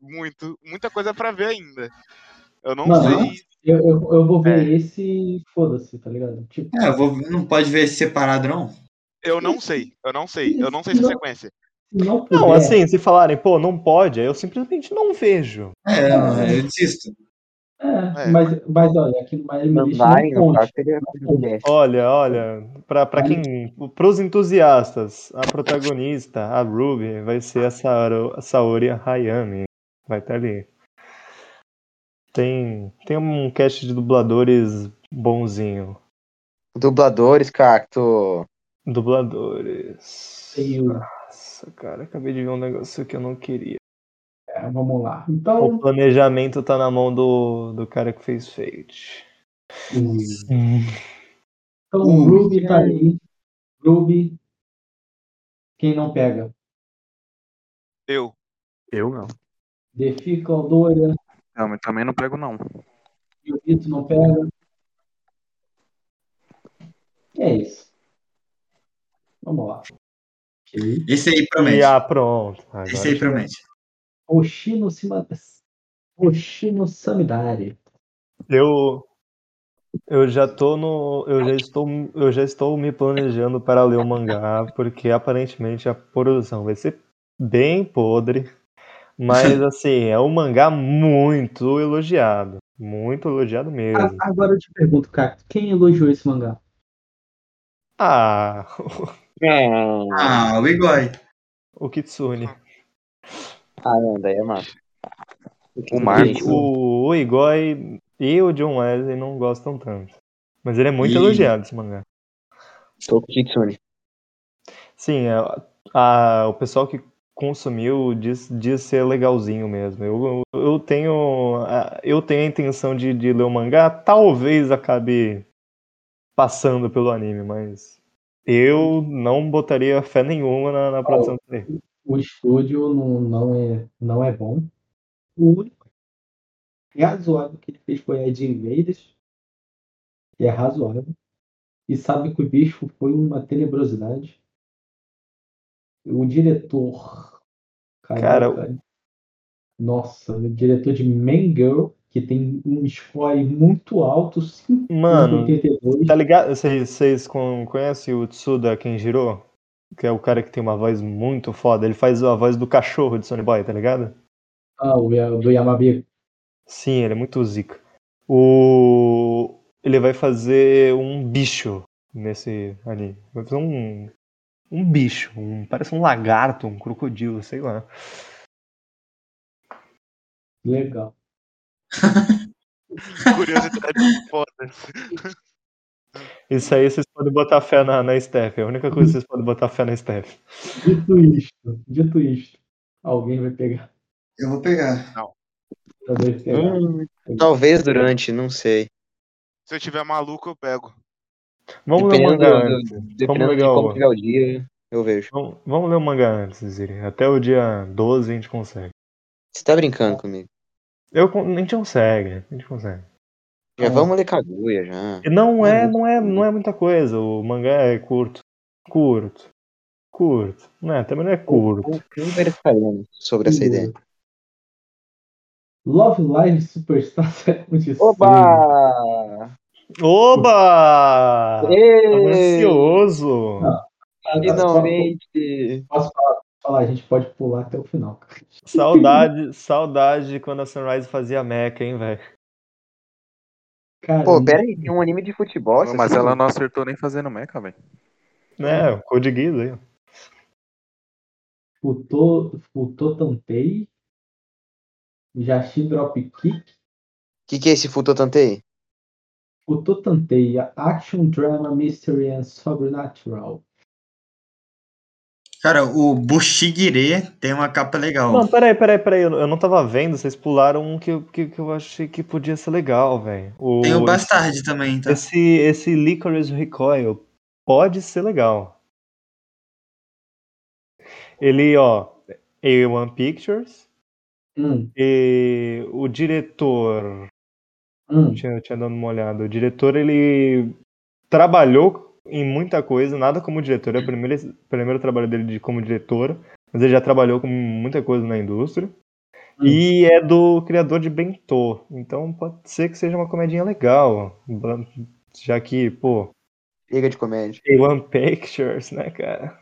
S4: muito, muita coisa pra ver ainda. Eu não
S1: Mano,
S4: sei.
S1: Eu, eu, eu vou ver esse e foda-se, tá ligado? Tipo,
S5: É, eu vou, não pode ver separado, não?
S4: Eu não sei. Eu não sei. Eu não sei se é
S1: Não.
S4: sequência.
S1: se não puder,
S2: Não, assim, se falarem, pô, não pode, aí eu simplesmente não vejo.
S5: É, não, eu desisto.
S1: é,
S4: é.
S1: Mas, mas olha, aqui no My List
S8: Mandarem,
S1: não
S8: no caso,
S1: conte.
S8: seria mulher.
S2: Olha, olha, pra, pra quem. Pros entusiastas, a protagonista, a Ruby, vai ser a Saoro- a Saori Hayami. Vai estar ali. Tem, tem um cast de dubladores bonzinho.
S7: Dubladores, Cacto.
S2: Dubladores.
S1: Tem um o-
S2: Nossa, cara, acabei de ver um negócio que eu não queria.
S1: É, vamos lá.
S2: O
S1: Então,
S2: planejamento tá na mão do, do cara que fez Fate.
S1: então
S5: Hum.
S1: Ruby tá aí. Ruby. Quem não pega?
S4: Eu.
S3: Eu não.
S1: Defi, Caldora,
S6: Não, mas também não pego, não.
S1: Yurito não pega. E é isso. Vamos lá. Ok.
S5: Esse aí
S2: E
S5: promete.
S2: ah, pronto. Agora
S5: Esse aí promete.
S1: Oshino, Sima... Oshino Samidari.
S2: Eu eu já tô no eu já estou eu já estou me planejando para ler o mangá, porque aparentemente a produção vai ser bem podre, mas assim, é um mangá muito elogiado, muito elogiado mesmo.
S1: A- Agora eu te pergunto, cara, quem elogiou esse mangá?
S2: Ah,
S5: Ah, o Igor.
S2: o Kitsune.
S8: Ah, não, daí é massa.
S6: O
S7: Ah,
S6: Marcos.
S2: O, o Igoi e o John Wesley não gostam tanto. Mas ele é muito
S5: Ih.
S2: elogiado esse mangá.
S8: Tô com o Kitsune.
S2: Sim, a- a- o pessoal que consumiu diz, diz ser legalzinho mesmo. Eu, eu, eu tenho, a- eu tenho a intenção de, de ler o mangá, talvez acabe passando pelo anime, mas eu não botaria fé nenhuma na, na produção dele.
S1: O estúdio não, não, é, não é bom. O único e razoável que ele fez foi a de Invaders. E é razoável. E sabe que o bicho foi uma tenebrosidade. O diretor.
S2: Cara,
S1: caraca, Nossa, o diretor de Main Girl, que tem um score muito alto, 5.82.
S2: Mano, tá ligado? Vocês, vocês con- conhecem o Tsuda Kenjiro? Que é o cara que tem uma voz muito foda. Ele faz a voz do cachorro de Sony Boy, tá ligado?
S1: Ah, o é Ya- do Yamabe.
S2: Sim, ele é muito zica. O... Ele vai fazer um bicho nesse ali. Vai fazer um, um bicho. Um... Parece um lagarto, um crocodilo, sei lá.
S1: Legal.
S4: Curiosidade foda.
S2: Isso aí vocês podem botar fé na, na Steph. É a única coisa que vocês podem botar fé na Steph.
S1: Dito isto, dito isto, alguém vai pegar.
S5: Eu vou pegar.
S1: Alguém vai
S8: Hum,
S1: pegar.
S7: Talvez durante, não sei.
S4: Se eu tiver maluco, eu pego.
S2: Vamos ler o
S7: Dependendo
S2: mangá
S7: do-
S2: antes.
S7: Dependendo de
S2: pegar
S7: como
S2: uma.
S7: tiver o dia, eu vejo.
S2: Vamos, vamos ler o mangá antes, Ziri. Até o dia 12 a gente consegue.
S7: Você tá brincando comigo?
S2: Eu, con- a gente consegue, a gente consegue.
S7: Já
S5: Ah.
S7: vamos ler Kaguya, já.
S2: E Não é, não é, não é muita coisa. O mangá é curto, curto, curto. Não é, também não é curto.
S7: Não verificaremos sobre essa ideia.
S1: Love Live Superstar 76.
S8: Oba!
S2: Oba! Tava
S8: Ei,
S2: ansioso.
S8: finalmente!
S1: Posso falar, falar, a gente pode pular até o final. cara.
S2: Saudade, saudade de quando a Sunrise fazia meca, hein, velho.
S1: Cara,
S8: Pô, pera aí, tem um anime de futebol. você
S6: Mas
S8: sabe?
S6: ela não acertou nem fazendo meca, velho.
S2: Né, o Code Geass aí. ó.
S1: Futô, Futô Tantei. Jashi Dropkick.
S7: O que, que é esse Futotantei?
S1: Futô Tantei. Action Drama Mystery and Sobrenatural.
S5: Cara, o Bushigire tem uma capa legal.
S2: Não, peraí, peraí, peraí. Eu eu não tava vendo, vocês pularam um que, eu- que, que eu achei que podia ser legal, velho.
S5: tem o Bastard também, tá?
S2: Esse, esse Licorice Recoil pode ser legal. Ele, ó, A1 Pictures
S1: Hum,
S2: e o diretor.
S1: hum.
S2: Tinha, tinha dado uma olhada. O diretor, ele trabalhou em muita coisa, nada como diretor, é o primeiro, primeiro trabalho dele de, como diretor, mas ele já trabalhou com muita coisa na indústria. E é do criador de Bentô, então pode ser que seja uma comedinha legal, ba- já que, pô,
S8: Liga de comédia.
S2: A1 Pictures, né, cara?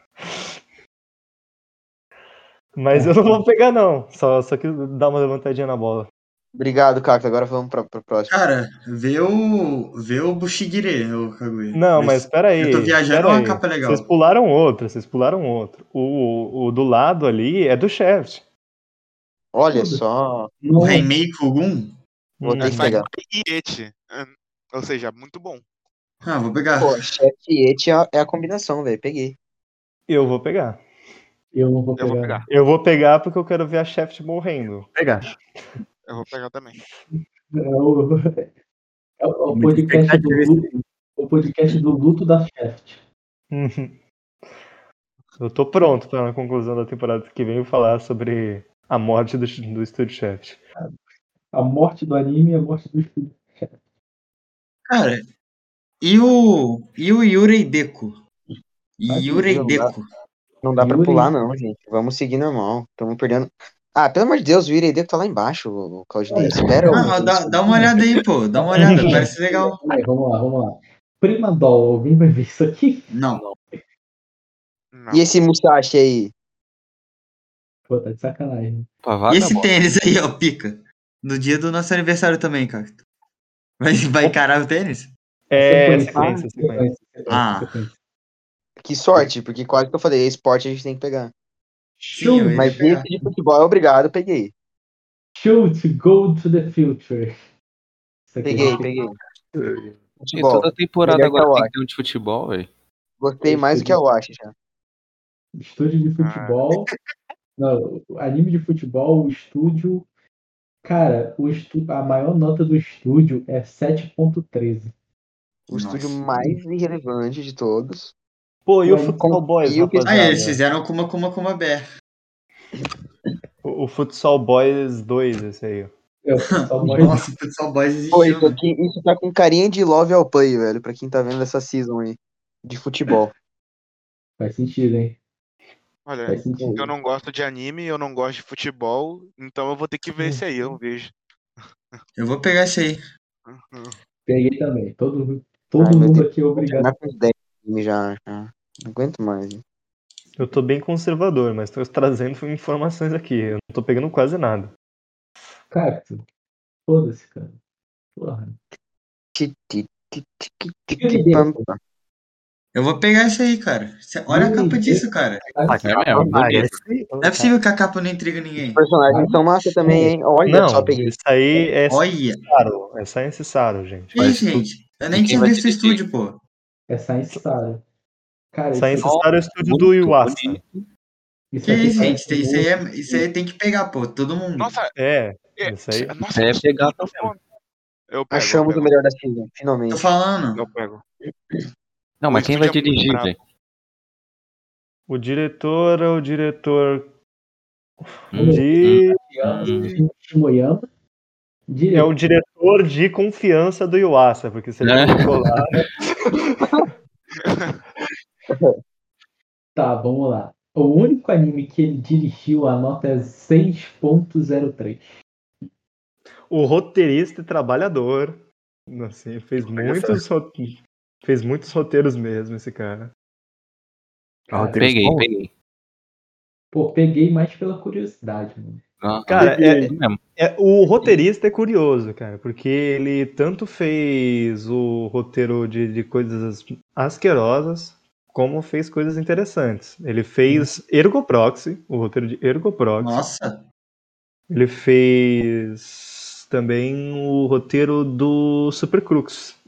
S2: Mas eu não vou pegar, não. Só, só que dá uma levantadinha na bola.
S8: Obrigado, Cacto. Agora vamos pra, pro próximo.
S5: Cara, vê o. Vê o Bushigire, o Kaguya.
S2: Não, mas peraí.
S5: eu tô viajando, é
S2: peraí.
S5: uma capa legal.
S2: Vocês pularam outro, vocês pularam outro. O, o, o do lado ali é do Shaft.
S8: Olha
S1: Tudo.
S8: só.
S5: O
S1: é.
S5: Remake Gun?
S8: Vou
S2: Hum.
S8: ter que pegar.
S4: E Eti. Ou seja, muito bom.
S5: Ah, vou pegar.
S8: Pô, chefe e et é a- é a combinação, velho. Peguei.
S2: Eu vou pegar.
S1: Eu não vou
S4: Eu
S1: pegar.
S4: vou pegar.
S2: Eu vou pegar porque eu quero ver a Shaft morrendo.
S3: Pegar.
S4: Eu vou pegar também.
S1: É o, é o- o
S3: Muita
S1: podcast do
S3: expectativa
S1: luto, o podcast do luto da Shaft.
S2: Uhum. Eu tô pronto pra na conclusão da temporada que vem eu falar sobre a morte do, do Estúdio Shaft.
S1: A morte do anime e a morte do estúdio.
S5: Cara, e o. E o Yurei Deku?
S1: Ah,
S5: Yurei
S8: não dá.
S5: Deku.
S8: Não dá pra
S1: Yuri.
S8: pular, não, gente. Vamos seguir normal. Estamos perdendo. Ah, pelo amor de Deus, o Iredeco tá lá embaixo, o Claudinei. Espera. um
S5: Ah,
S8: ô,
S5: dá, dá uma olhada aí, pô. Dá uma olhada, parece legal.
S1: Aí, vamos lá, vamos lá. Prima Doll, alguém vai ver isso aqui?
S5: Não. um
S4: Não.
S8: E esse Musashi aí?
S1: Pô, tá de sacanagem.
S6: Pô,
S5: E
S6: vagabundo.
S5: esse tênis aí, ó, pica. No dia do nosso aniversário também, Cacto. Vai, vai encarar o tênis?
S2: É,
S1: Sequência.
S2: sequência, sequência.
S1: Sequência, sequência,
S5: Ah.
S1: sequência.
S8: Que sorte, porque quase que eu falei, esporte a gente tem que pegar.
S5: Sim, eu ia
S8: Mas
S5: pegar.
S8: esse de futebol é obrigado, peguei.
S1: Shoot, go to the future. Isso aqui
S8: Peguei,
S1: vai ter-
S8: peguei.
S6: E
S8: Futebol.
S6: toda temporada
S8: Melhor que
S6: agora
S8: eu
S6: tem
S8: acho.
S6: que ter um de futebol, velho.
S8: Gostei mais do que eu acho já.
S1: Estúdio de futebol. Não, anime de futebol, o estúdio. Cara, o estu... a maior nota do estúdio é 7.13.
S8: O
S5: Nossa.
S8: estúdio mais irrelevante de todos.
S2: Pô, e o
S1: Ué,
S2: Futsal Boys,
S8: e o que-
S5: Ah,
S2: rapaziada?
S5: eles fizeram Kuma Kuma Kuma Bear.
S2: O, o Futsal Boys 2, esse aí. ó.
S1: Eu, É só morre
S5: Nossa, o Futsal Boys
S8: Pô, isso,
S5: existiu. né?
S8: aqui, isso tá com carinha de Love ao Play, velho, pra quem tá vendo essa season aí. De futebol.
S1: Faz sentido, hein?
S4: Olha,
S1: Faz sentido.
S4: eu não gosto de anime, eu não gosto de futebol, então eu vou ter que ver esse aí, eu
S1: Uhum.
S4: vejo.
S5: Eu vou pegar esse aí.
S2: Uhum.
S1: Peguei também. Todo, todo
S8: Ai, meu
S1: mundo
S8: Deus.
S1: aqui é obrigado.
S8: Já com 10 times já, já. Não aguento mais.
S2: Eu tô bem conservador, mas tô trazendo informações aqui. Eu não tô pegando quase nada.
S1: Cacto. Foda-se, cara. Porra.
S8: Ti, ti, ti, ti, ti, ti,
S1: Yuri
S8: ti, pam,
S1: Deco.
S8: pam.
S5: Eu vou pegar esse aí, cara. Cê- Olha a
S1: Yuri
S5: capa
S1: Deco.
S5: disso, cara.
S6: É
S1: tá
S6: mesmo,
S3: Ah,
S6: bonito.
S3: esse-
S5: Não é possível que a capa não intriga ninguém.
S8: Os personagens são massa também, hein? Olha só,
S2: Não,
S8: peguei.
S2: isso aí é
S5: Olha.
S2: necessário. É só necessário, gente.
S5: Ih,
S6: Mas tu-
S5: gente. Eu nem
S6: quem
S5: tinha
S6: vai
S5: visto o
S6: dirigir?
S5: estúdio, pô.
S1: É Science Sara. Cara, isso
S2: Science
S1: aqui,
S2: Star é o estúdio
S6: Muito
S2: do Iwasa.
S6: bonito.
S1: isso
S5: Que
S1: aqui
S5: isso, gente?
S1: parece
S5: Isso aí,
S1: muito-
S5: é- isso aí tem que pegar, pô. Todo mundo.
S4: Nossa,
S2: É,
S4: é-
S2: isso aí.
S4: nossa,
S6: É pegar tá
S4: eu pego.
S8: Achamos
S4: eu
S8: o
S4: pego,
S8: melhor da season,
S5: Tô
S8: finalmente.
S5: falando.
S4: eu pego.
S6: Não, mas
S4: O
S6: quem vai
S4: estúdio é muito
S6: dirigir,
S4: brabo.
S6: velho?
S2: O diretor é o diretor
S6: Hum,
S2: de.
S1: Shimoyama.
S2: É
S1: Diretor.
S2: o diretor de confiança do Iwasa, porque se ele
S6: É.
S2: não ficou lá.
S1: Tá, vamos lá. O único anime que ele dirigiu, a nota é 6.03.
S2: O roteirista e trabalhador. Assim, ele fez muitos, rote- fez muitos roteiros mesmo, esse cara.
S3: Ah, o Teres
S6: Peguei,
S3: Paul?
S6: peguei.
S1: Pô, peguei mais pela curiosidade, mano.
S6: Ah,
S2: Cara, é,
S6: é mesmo.
S2: É, o roteirista é curioso, cara, porque ele tanto fez o roteiro de, de coisas asquerosas, como fez coisas interessantes. Ele fez Ergoproxy, o roteiro de Ergoproxy.
S5: Uhum. Nossa.
S2: Ele fez também o roteiro do Supercrux.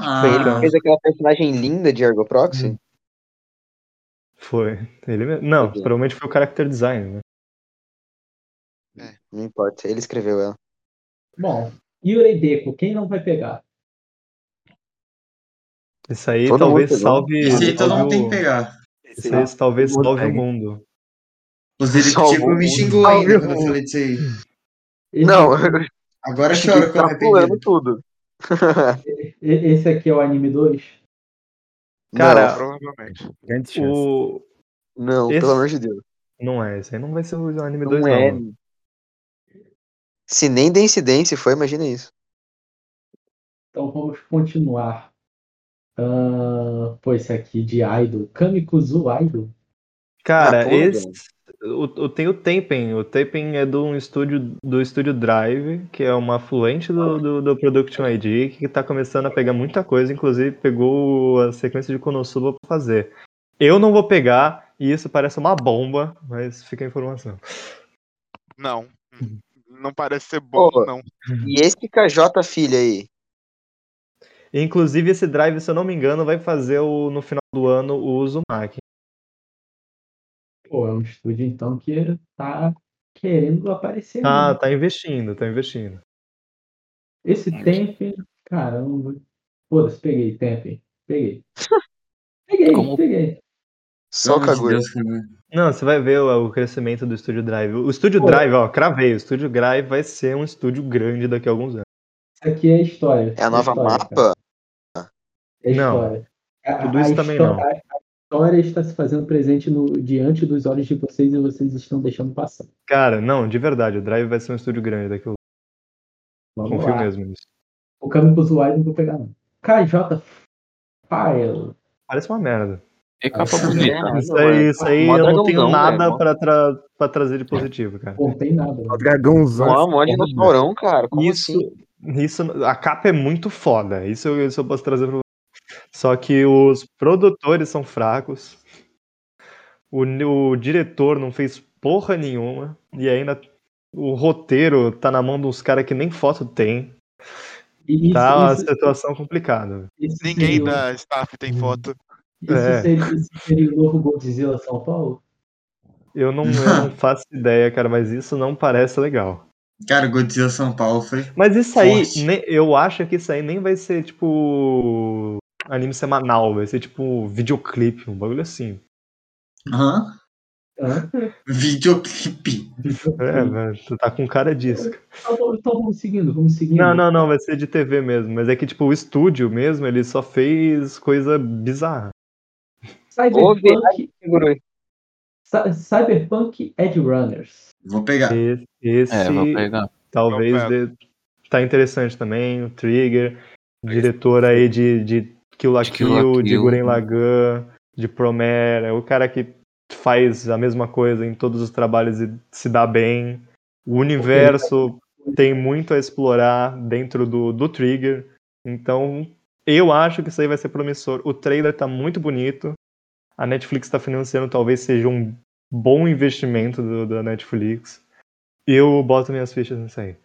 S5: Ah,
S8: Ele fez aquela personagem linda de Ergo Proxy.
S2: Foi. Ele mesmo. Não,
S7: Entendi.
S2: provavelmente foi o character design, né?
S8: Não importa, ele escreveu ela.
S1: Bom, Yurei Deco, quem não vai pegar?
S2: Isso aí
S8: Todo
S2: talvez
S8: mundo pegou.
S2: salve.
S5: Esse aí todo
S2: salve
S5: mundo tem que
S2: o-
S5: pegar.
S2: Isso aí talvez
S3: Todo mundo
S2: salve o
S3: pega.
S2: mundo.
S5: Os directivos tipo,
S8: um
S5: me xingou ainda quando eu falei disso aí.
S1: Esse,
S5: Agora choro
S8: tá
S5: quando arrependido.
S8: tudo.
S1: e- esse aqui é o anime 2?
S2: Cara,
S4: Provavelmente.
S3: Grande chance.
S2: O...
S8: Não,
S2: Esse-
S8: pelo amor de Deus.
S2: Não é, esse aí não vai ser o anime
S8: Não
S2: 2, não.
S8: é.
S2: mano.
S8: Se nem Dance Dance foi, imagina isso.
S1: Então vamos continuar. Ahn, pô, esse aqui de Idol. Kamikuzu Idol?
S2: Cara,
S8: Ah, porra,
S2: esse. O, o, tem o Tempen. O Tempen é do estúdio, do estúdio Drive, que é uma afluente do, do, do Production ID, que tá começando a pegar muita coisa, inclusive pegou a sequência de Konosuba pra fazer. Eu não vou pegar, e isso parece uma bomba, mas fica a informação.
S4: Não.
S1: Uhum.
S4: Não parece ser bom,
S8: Pô.
S4: não.
S8: E esse KJ filha aí?
S2: Inclusive, esse Drive, se eu não me engano, vai fazer o, no final do ano o Uzumaki.
S1: Pô, é um estúdio então que tá querendo aparecer.
S2: Ah,
S1: mesmo.
S2: tá investindo, tá investindo.
S1: Esse Tempe, caramba. Foda-se, peguei Tempe. Peguei. Peguei,
S6: Como-
S1: peguei.
S8: Só
S5: Pelo amor de
S2: Uhum.
S8: Kaguya.
S5: Deus, cara.
S2: Não, você vai ver o, o crescimento do Estúdio Drive. O Estúdio
S1: Pô.
S2: Drive, ó, cravei. O Estúdio Drive vai ser um estúdio grande daqui a alguns anos.
S1: Isso aqui é história.
S8: É a nova
S1: história,
S8: mapa?
S1: cara. É
S2: Não.
S1: história. A-
S2: Tudo
S1: a
S2: isso também
S1: histó-
S2: não.
S1: A, a história está se fazendo presente no- diante dos olhos de vocês e vocês estão deixando passar.
S2: Cara, não, de verdade, o Drive vai ser um estúdio grande daqui a
S1: Vamos
S2: Confio
S1: lá.
S2: mesmo nisso.
S1: O caminho pro usuário não vou pegar, não. KJ File.
S2: Parece uma merda.
S6: É capa
S5: Nossa,
S6: bonita.
S8: cara,
S2: isso aí, isso aí
S6: é. Mó
S2: eu não tenho
S6: dragãozão,
S2: nada
S6: velho, mó-
S2: pra, tra- pra trazer de positivo, cara.
S1: Não tem nada.
S3: O dragãozão.
S7: um
S8: Não, mó dinossaurão, cara. Como
S2: Isso,
S8: assim?
S2: isso, a capa é muito foda. Isso, eu- isso eu posso trazer pra você. Só que os produtores são fracos. O, ne- o diretor não fez porra nenhuma. E ainda o roteiro tá na mão de uns caras que nem foto tem.
S1: E Isso,
S2: tá uma
S1: isso-
S2: situação complicada.
S1: isso
S4: Ninguém
S1: seria, um-
S4: da staff
S1: Uhum.
S4: tem foto.
S1: Isso,
S2: é.
S1: seria, isso seria o novo Godzilla São Paulo?
S2: Eu não, eu não faço ideia, cara, mas isso não parece legal.
S5: Cara, Godzilla São Paulo foi.
S2: Mas isso aí,
S5: Forte.
S2: nem- eu acho que isso aí nem vai ser tipo. Anime semanal, vai ser tipo videoclipe, um bagulho assim.
S5: Aham.
S1: Hã?
S5: Videoclipe.
S2: É,
S6: Hum.
S2: velho, tu tá com cara disso. cara.
S1: Então, vamos- então vamos seguindo, vamos seguindo.
S2: Não, não, não, vai ser de TV mesmo. Mas é que, tipo, o estúdio mesmo, ele só fez coisa bizarra.
S1: Cyberpunk,
S8: Segura aí.
S1: Cy- Cyberpunk Edge Runners.
S5: Vou pegar.
S2: Esse, esse
S6: É, vou pegar.
S2: talvez
S4: Eu
S2: dê- tá interessante também. O Trigger, diretor aí de, de Kill la
S6: De
S2: Kill,
S6: Kill la
S2: de
S6: Kill.
S2: Guren Lagan, de Promare. É o cara que faz a mesma coisa em todos os trabalhos e se dá bem. O universo tem muito a explorar dentro do, do Trigger. Então, eu acho que isso aí vai ser promissor. O trailer tá muito bonito. A Netflix tá financiando, talvez seja um bom investimento do- da Netflix. Eu boto minhas fichas nisso aí.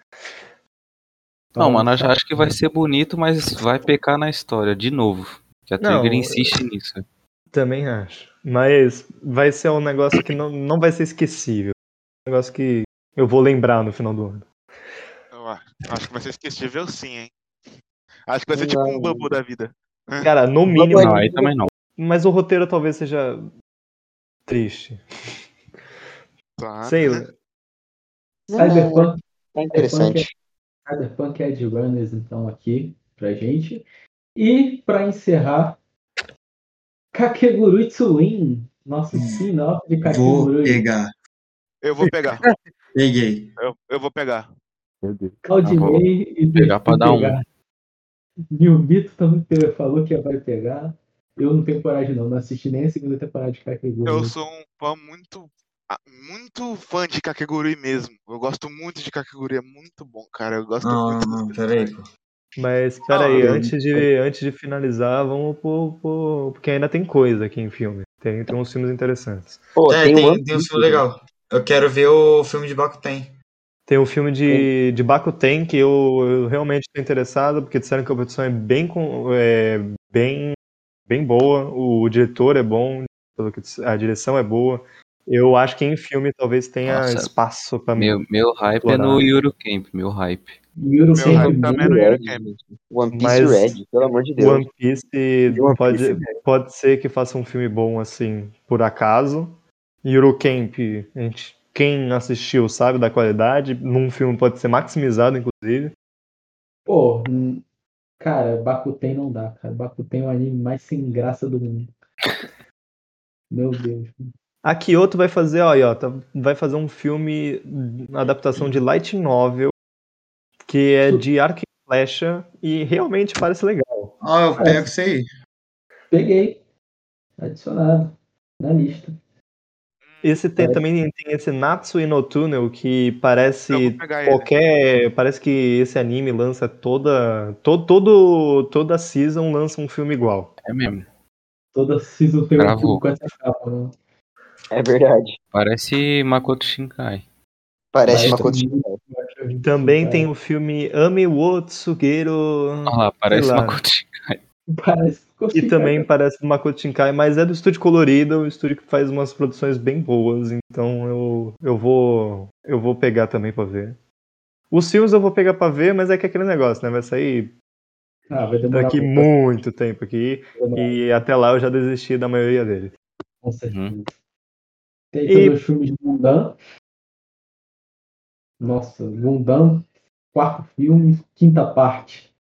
S6: Não, mano,
S2: então.
S6: acho acho que vai ser bonito, mas vai pecar na história, de novo. Que a
S2: Não,
S6: Trigger insiste nisso.
S2: Também acho. Mas vai ser um negócio que não, não vai ser esquecível. Um negócio que eu vou lembrar no final do ano.
S4: Eu acho acho que vai ser esquecível sim, hein? Acho que vai ser tipo um bambu da vida.
S2: Cara, no mínimo.
S6: Não, aí também não.
S2: Mas o roteiro talvez seja triste.
S4: Tá?
S2: Sei lá.
S8: Não,
S1: Cyberpunk, é,
S8: Tá
S2: é
S8: interessante.
S1: Cyberpunk Edge Runners, então, aqui pra gente. E pra encerrar, Kakeguru Tsuin. Nosso spin-off de
S5: Vou
S1: Kakeguru.
S5: pegar.
S4: Eu vou pegar.
S5: Peguei.
S4: Eu, eu vou pegar.
S3: Meu Deus.
S1: Claudinei
S6: Ah, vou
S1: e
S6: pegar pra dar um.
S1: Nilmito também pe- falou que vai pegar. Eu não tenho coragem, não. Não assisti nem a segunda temporada de Kakeguru.
S5: Uhum.
S4: Eu sou um fã muito. ah, Muito fã de Kakegurui mesmo. Eu gosto muito de Kakegurui, é muito bom, cara. Eu gosto
S5: Não,
S4: muito.
S5: Ah, não, não,
S4: desse
S5: peraí.
S4: personagem.
S2: Mas peraí,
S5: Ah,
S2: antes, de, antes de finalizar, vamos pro, pro- Porque ainda tem coisa aqui em filme. Tem, tem uns filmes interessantes.
S8: Pô,
S5: É,
S8: tem, um
S5: tem,
S8: ano
S5: tem um
S8: disso,
S5: filme
S2: é
S5: legal. Eu quero ver o filme de Bakuten.
S2: Tem o filme de, de Bakuten, que eu, eu realmente tô interessado, porque disseram que a produção é bem, com- é, bem, bem boa, o diretor é bom, pelo que a direção é boa. Eu acho que em filme talvez tenha
S6: Nossa,
S2: espaço pra mim.
S6: Meu, meu hype é no Eurocamp, meu hype.
S1: Yuri
S4: Meu hype também é no
S1: Red.
S4: Eurocamp.
S8: One Piece
S2: Mas-
S8: Red, pelo amor de Deus.
S2: One Piece
S8: One
S2: pode,
S8: Piece,
S2: pode ser que faça um filme bom assim, por acaso. Eurocamp, a gente, quem assistiu sabe da qualidade. Num filme pode ser maximizado, inclusive.
S1: Pô, hum, cara, Bakuten não dá, cara. Bakuten é o anime mais sem graça do mundo. Meu Deus.
S2: A Kyoto vai fazer, ó, aí, ó, tá- vai fazer um filme, uma adaptação de light novel, que é de arco e flecha, e realmente parece legal.
S9: Ó,
S8: É.
S9: eu pego isso aí.
S1: Peguei. Adicionado. Na lista.
S2: Esse tem,
S1: Parece.
S2: também tem esse Natsu no Tunnel, que parece
S4: Eu vou pegar ele.
S2: qualquer. Parece que esse anime lança toda. Todo, todo, toda season lança um filme igual.
S6: É mesmo.
S1: Toda season tem um
S6: Gravou.
S1: filme com essa capa, né?
S8: É verdade.
S6: Parece Makoto Shinkai.
S8: Parece
S1: Mas
S8: uma
S2: é
S8: coisa.
S2: Também
S1: É.
S2: tem o filme Ame wo Tsugero.
S6: Olha lá, parece
S2: lá.
S6: Makoto Shinkai.
S1: Parece
S2: E também parece do Makoto Shinkai, mas é do estúdio colorido, um estúdio que faz umas produções bem boas, então eu, eu vou eu vou pegar também pra ver. Os filmes eu vou pegar pra ver, mas é que é aquele negócio, né? Vai sair
S1: Ah, vai demorar
S2: daqui
S1: pra-
S2: muito tempo aqui
S1: vai demorar,
S2: e até lá eu já desisti da maioria deles.
S1: com certeza.
S6: Uhum.
S1: Tem
S2: E-
S1: também os filmes de Gundam. Nossa, Gundam, quarto filme, quinta parte.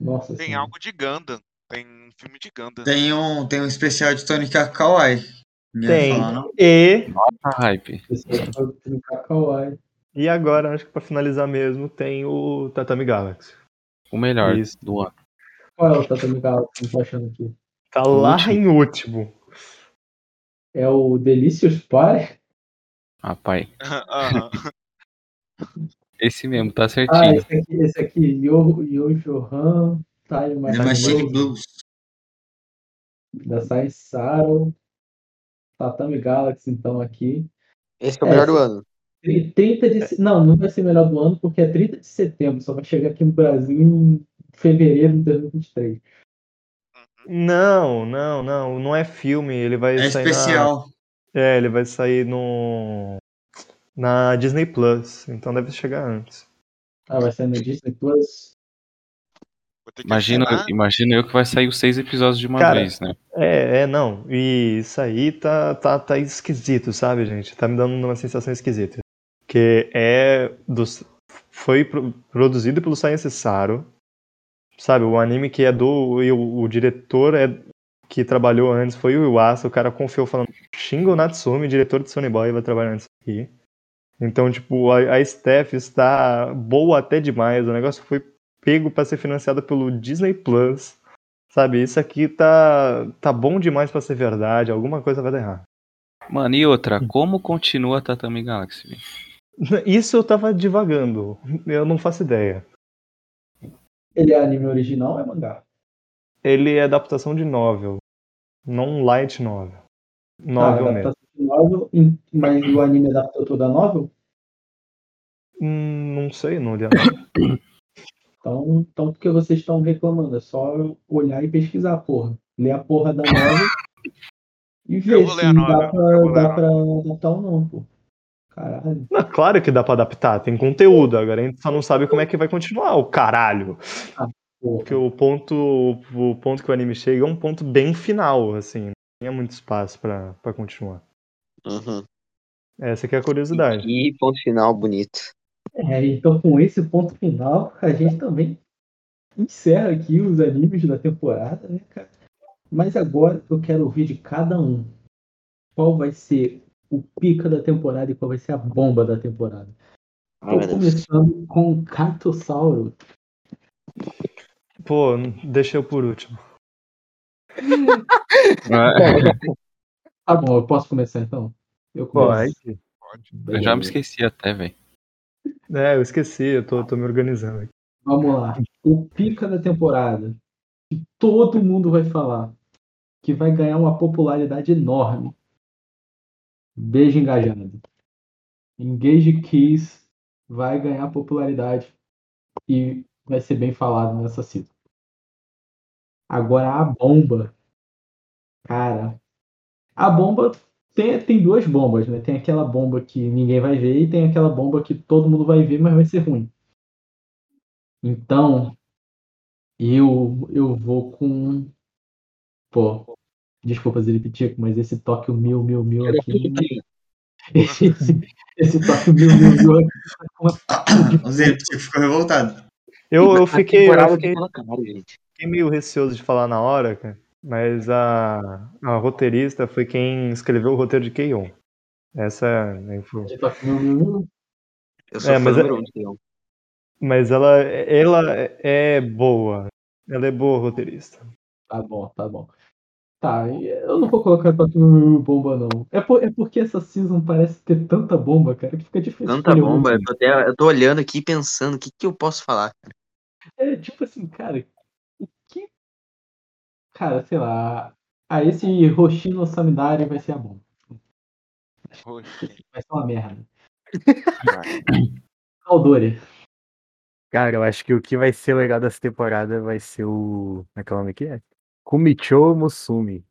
S1: Nossa
S4: Tem
S5: assim.
S1: senhora.
S4: algo de Gundam. Tem um filme de Gundam.
S9: Tem um, tem um especial de Tony Kawaii. Ninguém vai
S2: Tem.
S9: falar, não?
S2: E
S6: Tá hype.
S1: Esse aí foi o filme Kakawai.
S2: e agora, acho que pra finalizar mesmo, tem o Tatami Galaxy.
S6: O melhor
S2: Isso.
S6: do ano.
S1: Qual é o Tatami Galaxy que eu tô achando aqui?
S2: Tá
S6: O
S2: lá
S6: último.
S2: em último.
S1: É o Delicious Party?
S6: Rapaz,
S4: Aham.
S6: esse mesmo, tá
S1: Ah,
S6: certinho.
S1: esse aqui, esse aqui, Yo, Yo Johan, tá Time
S5: É
S9: Machine
S1: Machine,
S9: Blues.
S1: da Science Saddle, Tatami Galaxy, então, aqui.
S8: Esse é o melhor
S1: É,
S8: do ano.
S1: E 30 de... se- Não, não vai ser melhor do ano, porque é 30 de setembro, só vai chegar aqui no Brasil em fevereiro de 2023.
S2: Não, não, não, não é filme, ele vai
S9: É
S2: sair na-
S9: especial.
S2: É, ele vai sair no. Na Disney Plus, então deve chegar antes.
S1: Ah, vai ser no Disney Plus.
S4: Vou ter que
S6: Imagina,
S4: assinar.
S6: imagina eu que vai sair os seis episódios de uma
S2: Cara,
S6: vez, né?
S2: É, é, não. E isso aí tá, tá, tá esquisito, sabe, gente? Tá me dando uma sensação esquisita. Que é. Dos, foi pro- produzido pelo Science Saro, sabe? O anime que é do. e o, o diretor é, que trabalhou antes foi o Iwasa. O cara confiou falando: Shingo Natsumi, diretor de Sony Boy, vai trabalhar nisso aqui. Então, tipo, a, a Steph está boa até demais. O negócio foi pego pra ser financiado pelo Disney Plus. Sabe, isso aqui tá, tá bom demais pra ser verdade, alguma coisa vai dar errado.
S6: Mano, e
S2: hum.
S6: outra, como continua a Tatami Galaxy? velho?
S2: Isso eu tava divagando, eu não faço ideia.
S1: Ele é anime original ou é mangá?
S2: Ele é adaptação de novel, não light novel. Novel
S1: tá,
S2: é mesmo.
S1: adaptação de novel, em- mas o anime adaptou toda a novel?
S2: Hum, não sei, não olhei.
S1: Então, então por que vocês estão reclamando? É só eu olhar e pesquisar, porra. Ler a porra da novel e ver
S4: vou
S1: se
S4: ler a novel,
S1: dá pra,
S4: eu vou ler a
S1: dá pra adaptar ou não, pô. Caralho.
S2: Não, claro que dá pra adaptar, tem conteúdo, agora a gente só não sabe como é que vai continuar, o caralho.
S1: Porra.
S2: Porque o ponto, o ponto que o anime chega é um ponto bem final, assim, não tinha muito espaço pra, pra continuar.
S8: Uhum.
S2: Essa que é a curiosidade.
S8: E ponto final bonito.
S1: É, então com esse ponto final, a gente também encerra aqui os animes da temporada, né, cara? Mas agora eu quero ouvir de cada um. Qual vai ser o pica da temporada e qual vai ser a bomba da temporada?
S8: Ai,
S1: Tô
S8: meu Deus.
S1: começando com o Catossauro.
S2: Pô, deixei eu por último.
S6: Então,
S1: Tá bom, eu posso começar então? Eu começo.
S2: Pode.
S6: Eu já me esqueci até, velho.
S2: É, eu esqueci, eu tô, tô me organizando aqui.
S1: Vamos lá. O pica da temporada que todo mundo vai falar que vai ganhar uma popularidade enorme. Beijo engajado. Engage Kiss vai ganhar popularidade e vai ser bem falado nessa cita. Agora a bomba. Cara, A bomba tem, tem duas bombas, né? Tem aquela bomba que ninguém vai ver e tem aquela bomba que todo mundo vai ver, mas vai ser ruim. Então, eu, eu vou com. Pô, desculpa, Zilipitico, mas esse toque o mil, mil, mil aqui. Esse, esse toque mil, mil, mil aqui tá com uma
S8: é.
S5: O Zé ficou revoltado.
S2: Eu, eu fiquei, eu
S10: Temporada
S2: fiquei,
S10: do Calacário, gente.
S2: fiquei meio receoso de falar na hora, cara. Mas a, a roteirista foi quem escreveu o roteiro de Keion. Essa é a influ-
S1: de toque mil, mil, mil.
S10: Eu sou
S2: É,
S10: fã
S2: mas
S10: número um de Leão.
S2: Mas ela, ela é boa. Ela é boa roteirista.
S1: Tá bom, tá bom. Tá, e eu não vou colocar toque mil, mil, mil bomba, não. É, por- é porque essa season parece ter tanta bomba, cara, que fica difícil.
S2: é
S10: Tanta
S1: escolher um. uma.
S10: bomba, eu tô, até, eu tô olhando aqui e pensando o que, que eu posso falar.
S1: É tipo assim, cara, o que. Cara, sei lá. Ah, esse Roshino Samidari vai ser a bomba.
S4: Poxa.
S1: Vai ser uma merda.
S4: Vai.
S1: Caldori.
S3: Cara, eu acho que o que vai ser legal dessa temporada vai ser o. Como é que é o nome que é? Kumicho Musumi,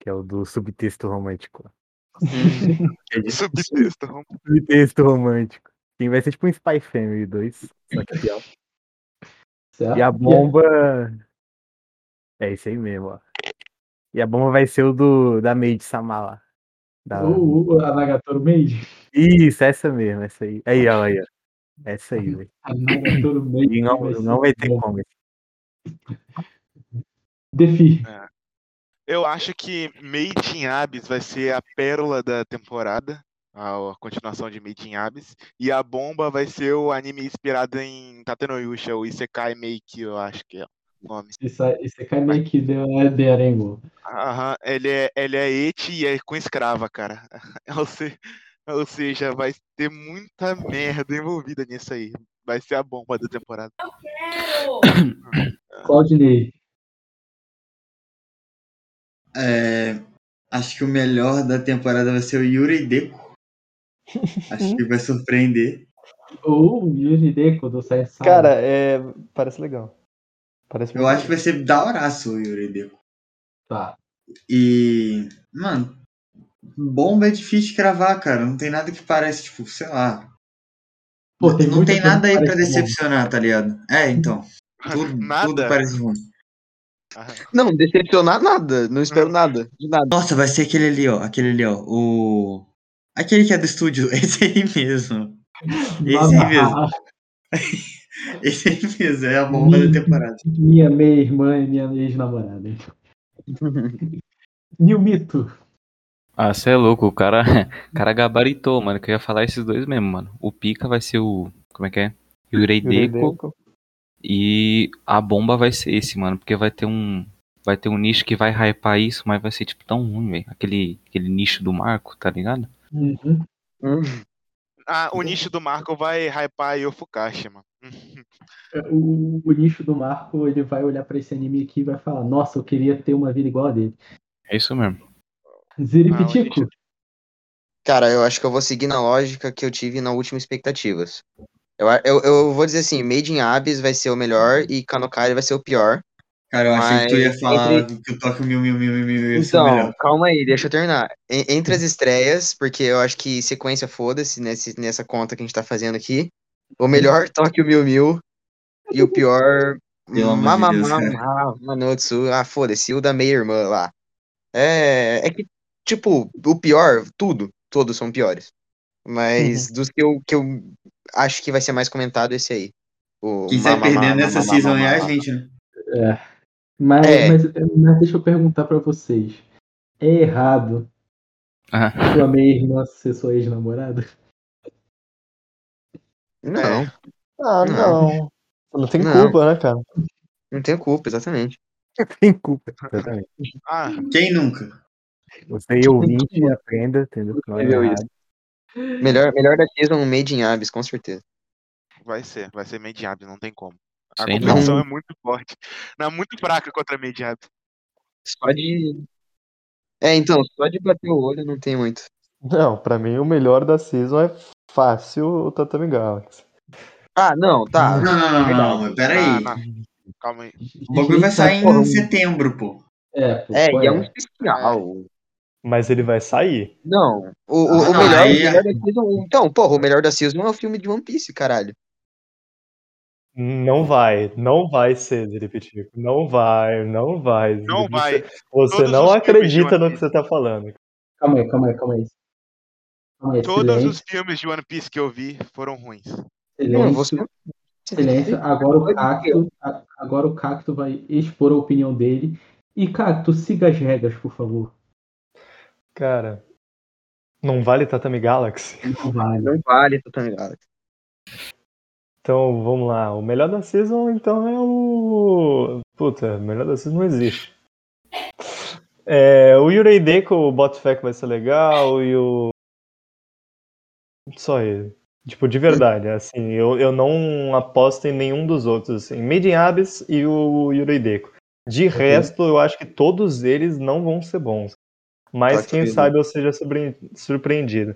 S3: que é o do subtexto romântico.
S4: Subtexto.
S3: Subtexto romântico. Quem vai ser tipo um Spy Family 2, só que pior.
S1: Certo?
S3: E a bomba. É isso aí mesmo, ó. E a bomba vai ser o do da Maid Samala. Da...
S1: O, o, a Nagatoro Maid.
S3: Isso, essa mesmo, essa aí. Aí, ó, aí, ó. Essa aí, velho.
S1: A Nagatoro Maid.
S3: E não,
S1: ser
S3: não vai ter
S1: bom.
S3: como.
S1: Defi.
S4: Eu acho que Made in Abyss vai ser a pérola da temporada, a, a continuação de Made in Abyss, e a bomba vai ser o anime inspirado em Tatenoyusha, o Isekai Make, eu acho que é o nome.
S1: Esse, esse cai meio que deu a de Arengo.
S4: Aham, ele é, ele é eti e é com escrava, cara. Ou se- ou seja, vai ter muita merda envolvida nisso aí. Vai ser a bomba da temporada.
S3: Ah.
S1: Claudinei.
S5: É, acho que o melhor da temporada vai ser o Yuri Deco. Acho que vai surpreender.
S1: Ou o Yuji Deko do Science
S2: Cara, é, parece legal. Parece
S5: Eu acho que vai ser daoraço o Yuri Deco.
S1: Tá.
S5: E, mano, bomba é difícil de cravar, cara. Não tem nada que parece, tipo, sei lá.
S1: Pô, tem
S5: não
S1: muita
S5: tem
S1: coisa
S5: nada aí
S1: que
S5: pra
S1: parece bomba.
S5: decepcionar, tá ligado? É, então. Tudo, tudo
S4: Nada.
S5: parece ruim.
S7: Não, decepcionar nada. Não espero nada. De nada.
S5: Nossa, vai ser aquele ali, ó. Aquele ali, ó. O. Aquele que é do estúdio. Esse aí mesmo. Esse aí mesmo. Esse aí mesmo. É a bomba da temporada.
S1: Minha meia-irmã e minha ex-namorada. Nilmito.
S6: Ah, você é louco, o cara, o cara gabaritou, mano, que eu ia falar esses dois mesmo, mano. O Pica vai ser o, como é que é? Yurei Deco e a bomba vai ser esse, mano, porque vai ter um, vai ter um nicho que vai hypar isso, mas vai ser tipo tão ruim, velho. Aquele, aquele nicho do Marco, tá ligado?
S1: Uhum.
S7: Hum.
S4: Ah, o nicho do Marco vai hypar o Fukashi, mano. Ah,
S1: O, o nicho do Marco ele vai olhar pra esse anime aqui e vai falar: Nossa, eu queria ter uma vida igual a dele.
S6: É isso mesmo.
S1: Ziripitico.
S4: Ah,
S7: Cara, eu acho que eu vou seguir na lógica que eu tive na última expectativas. Eu, a- eu, eu vou dizer assim, Made in Abyss vai ser o melhor e Kanokari vai ser o pior.
S5: Cara, eu achei que tu ia
S7: Mas
S5: falar que o Tóquio Mil Mil Mil Mil Mil ia ser o
S7: Então,
S5: melhor.
S7: calma aí, deixa eu terminar. En- Entre as estreias, porque eu acho que sequência foda-se nesse- nessa conta que a gente tá fazendo aqui. O melhor Tóquio Mil Mil e o pior
S5: Pelo amor de Deus, cara.
S7: Manotsu. Ah, foda-se, o da meia irmã lá. É, é que, tipo, o pior, tudo, todos são piores. Mas dos que eu, que eu acho que vai ser mais comentado, esse aí. O
S5: Quem sai
S7: ma- ma- ma-
S5: perdendo nessa
S7: ma- ma-
S5: season
S7: ma-
S5: é a
S7: ma-
S5: gente, né?
S1: É. Mas,
S7: É.
S1: mas, mas deixa eu perguntar pra vocês: É errado
S6: Ah,
S1: sua meia-irmã ser sua ex-namorada?
S7: Não,
S2: Ah, não.
S7: Não.
S2: Não tem
S7: Não.
S2: culpa, né, cara?
S7: não tenho culpa, exatamente.
S3: Tem culpa. Exatamente.
S4: ah,
S5: Quem nunca?
S3: Você ouvinte, aprenda, entendeu? Que não é
S7: Entendeu isso?
S3: errado.
S7: Melhor, melhor da season, Made in Abyss, com certeza.
S4: vai ser. Vai ser Mediab, não tem como. A
S6: Sem
S4: competição
S7: dúvida.
S4: é muito forte. Não é muito fraca contra Mediab.
S7: Só de. É, então, só de bater o olho não tem muito.
S2: Não, pra mim o melhor da season é fácil o Tatami Galaxy.
S7: Ah, não, tá.
S5: Não, não, não, não, mas
S4: Ah,
S5: peraí.
S4: não. Calma aí.
S1: é
S5: O bagulho vai sair
S1: Porra,
S5: em setembro, pô.
S1: É, pô,
S7: É,
S1: qual
S7: e é um
S1: é?
S7: especial.
S2: Mas ele vai sair.
S7: Não. é-
S8: O, o- o
S9: Ah,
S8: melhor,
S9: aí-
S8: o melhor da season. Então, porra, o melhor da season é o filme de One Piece, caralho.
S2: Não vai, não vai ser, Zeripitico. Não vai, não vai.
S4: Não
S2: Você-
S4: vai.
S2: Você
S4: Todos
S2: não
S4: os filmes de
S2: acredita
S4: One
S2: no que
S4: Piece.
S2: você tá falando.
S1: Calma aí, calma aí, calma aí. Calma aí,
S4: Todos
S1: silêncio,
S4: os filmes de One Piece que eu vi foram ruins.
S8: Não, eu vou-
S1: silêncio, silêncio. Agora o Cacto, a- agora o Cacto vai expor a opinião dele. E Cacto, siga as regras, por favor.
S2: Cara, não vale Tatami Galaxy?
S1: Não vale.
S7: Não vale.
S2: Então, vamos lá. O melhor da season, então, é o... Puta, o melhor da season não existe. É, o Yurei Deko, o Botfec vai ser legal e o... Só ele. Tipo, de verdade, assim, eu, eu não aposto em nenhum dos outros, assim. Made in Abyss e o Yurei Deko. De resto, eu acho que todos eles não vão ser bons. Mas
S8: Pode
S2: quem
S8: crer,
S2: sabe eu seja surpre- surpreendido.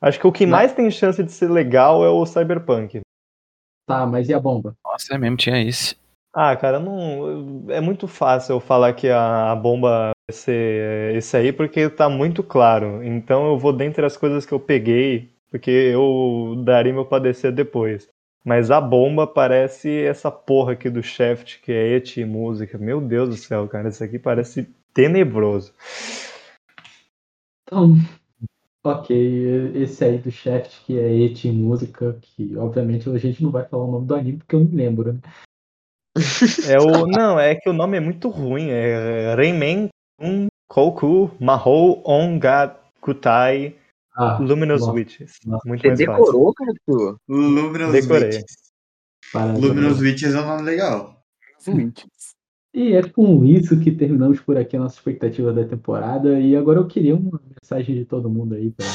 S2: Acho que o que mais tem chance de ser legal é o Cyberpunk.
S1: Tá, mas e a bomba?
S6: Nossa, é mesmo, tinha esse.
S2: Ah, cara, não. É muito fácil eu falar que a, a bomba vai ser esse aí, porque tá muito claro. Então eu vou dentre as coisas que eu peguei, porque eu daria meu padecer depois. Mas a bomba parece essa porra aqui do Shaft, que é et e música. Meu Deus do céu, cara, isso aqui parece tenebroso.
S1: Então, ok, esse aí do Shaft, que é Et em música, que obviamente a gente não vai falar o nome do anime porque eu não lembro, né?
S2: É o. Não, é que o nome é muito ruim. É Reimen Kun Koku Mahou Ongakutai
S1: Ah,
S2: Luminous
S1: nossa,
S2: Witches.
S1: nossa.
S2: Muito
S7: Você
S2: mais fácil.
S7: decorou, cara? tu?
S9: Luminous
S2: Decorei.
S9: Witches.
S1: parada. né?
S9: Luminous Witches é um nome legal.
S1: E é com isso que terminamos por aqui a nossa expectativa da temporada. E agora eu queria uma mensagem de todo mundo aí pra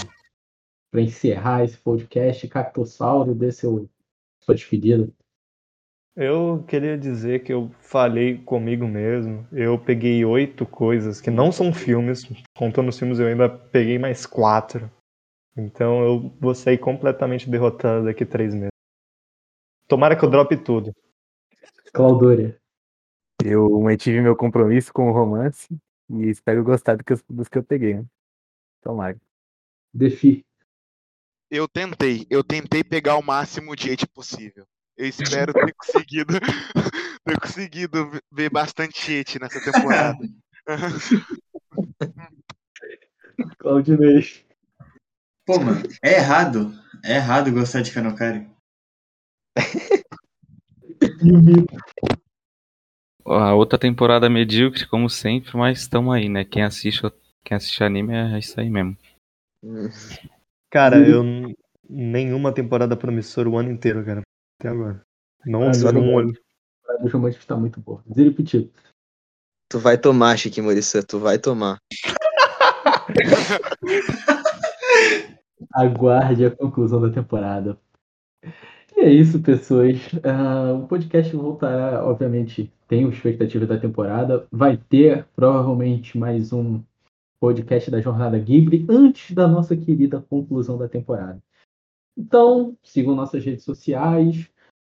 S1: pra encerrar esse podcast. Cactossauro, dê seu, sua despedida.
S2: Eu queria dizer que eu falei comigo mesmo. Eu peguei oito coisas que não são filmes. Contando os filmes, eu ainda peguei mais quatro. Então eu vou sair completamente derrotado daqui três meses. Tomara que eu drope tudo.
S1: Claudória.
S3: Eu mantive meu compromisso com o romance e espero gostar do que eu- dos que eu peguei. né? Tomara.
S1: Defi.
S4: Eu tentei, eu tentei pegar o máximo de hate possível. Eu espero ter conseguido, ter conseguido ve- ver bastante hate nessa temporada.
S1: Claudinei.
S9: Pô, mano, é errado. É errado gostar de Kanokari.
S1: E o Mito.
S6: A outra temporada medíocre, como sempre, mas estamos aí, né? Quem assiste, quem assiste anime é isso aí mesmo.
S8: Hum,
S2: Cara, eu. n- Nenhuma temporada promissora o ano inteiro, cara. Até agora. Não,
S1: Ah,
S2: não,
S1: não. O romântico está muito bom. Ziripitico.
S8: Tu vai tomar, Chique Morissa, tu vai tomar.
S1: Aguarde a conclusão da temporada. E é isso, pessoas. Ah, o podcast voltará, obviamente, tem uma expectativa da temporada. Vai ter provavelmente mais um podcast da Jornada Ghibli antes da nossa querida conclusão da temporada. Então, sigam nossas redes sociais,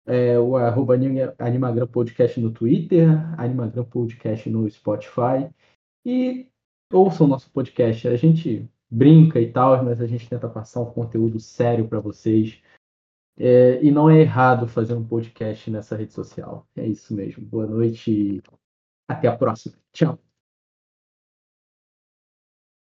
S1: é, o arroba anima- Animagram Podcast no Twitter, Animagram Podcast no Spotify e ouçam nosso podcast. A gente brinca e tal, mas a gente tenta passar um conteúdo sério para vocês. É, e não é errado fazer um podcast nessa rede social. É isso mesmo. Boa noite e até a próxima. Tchau.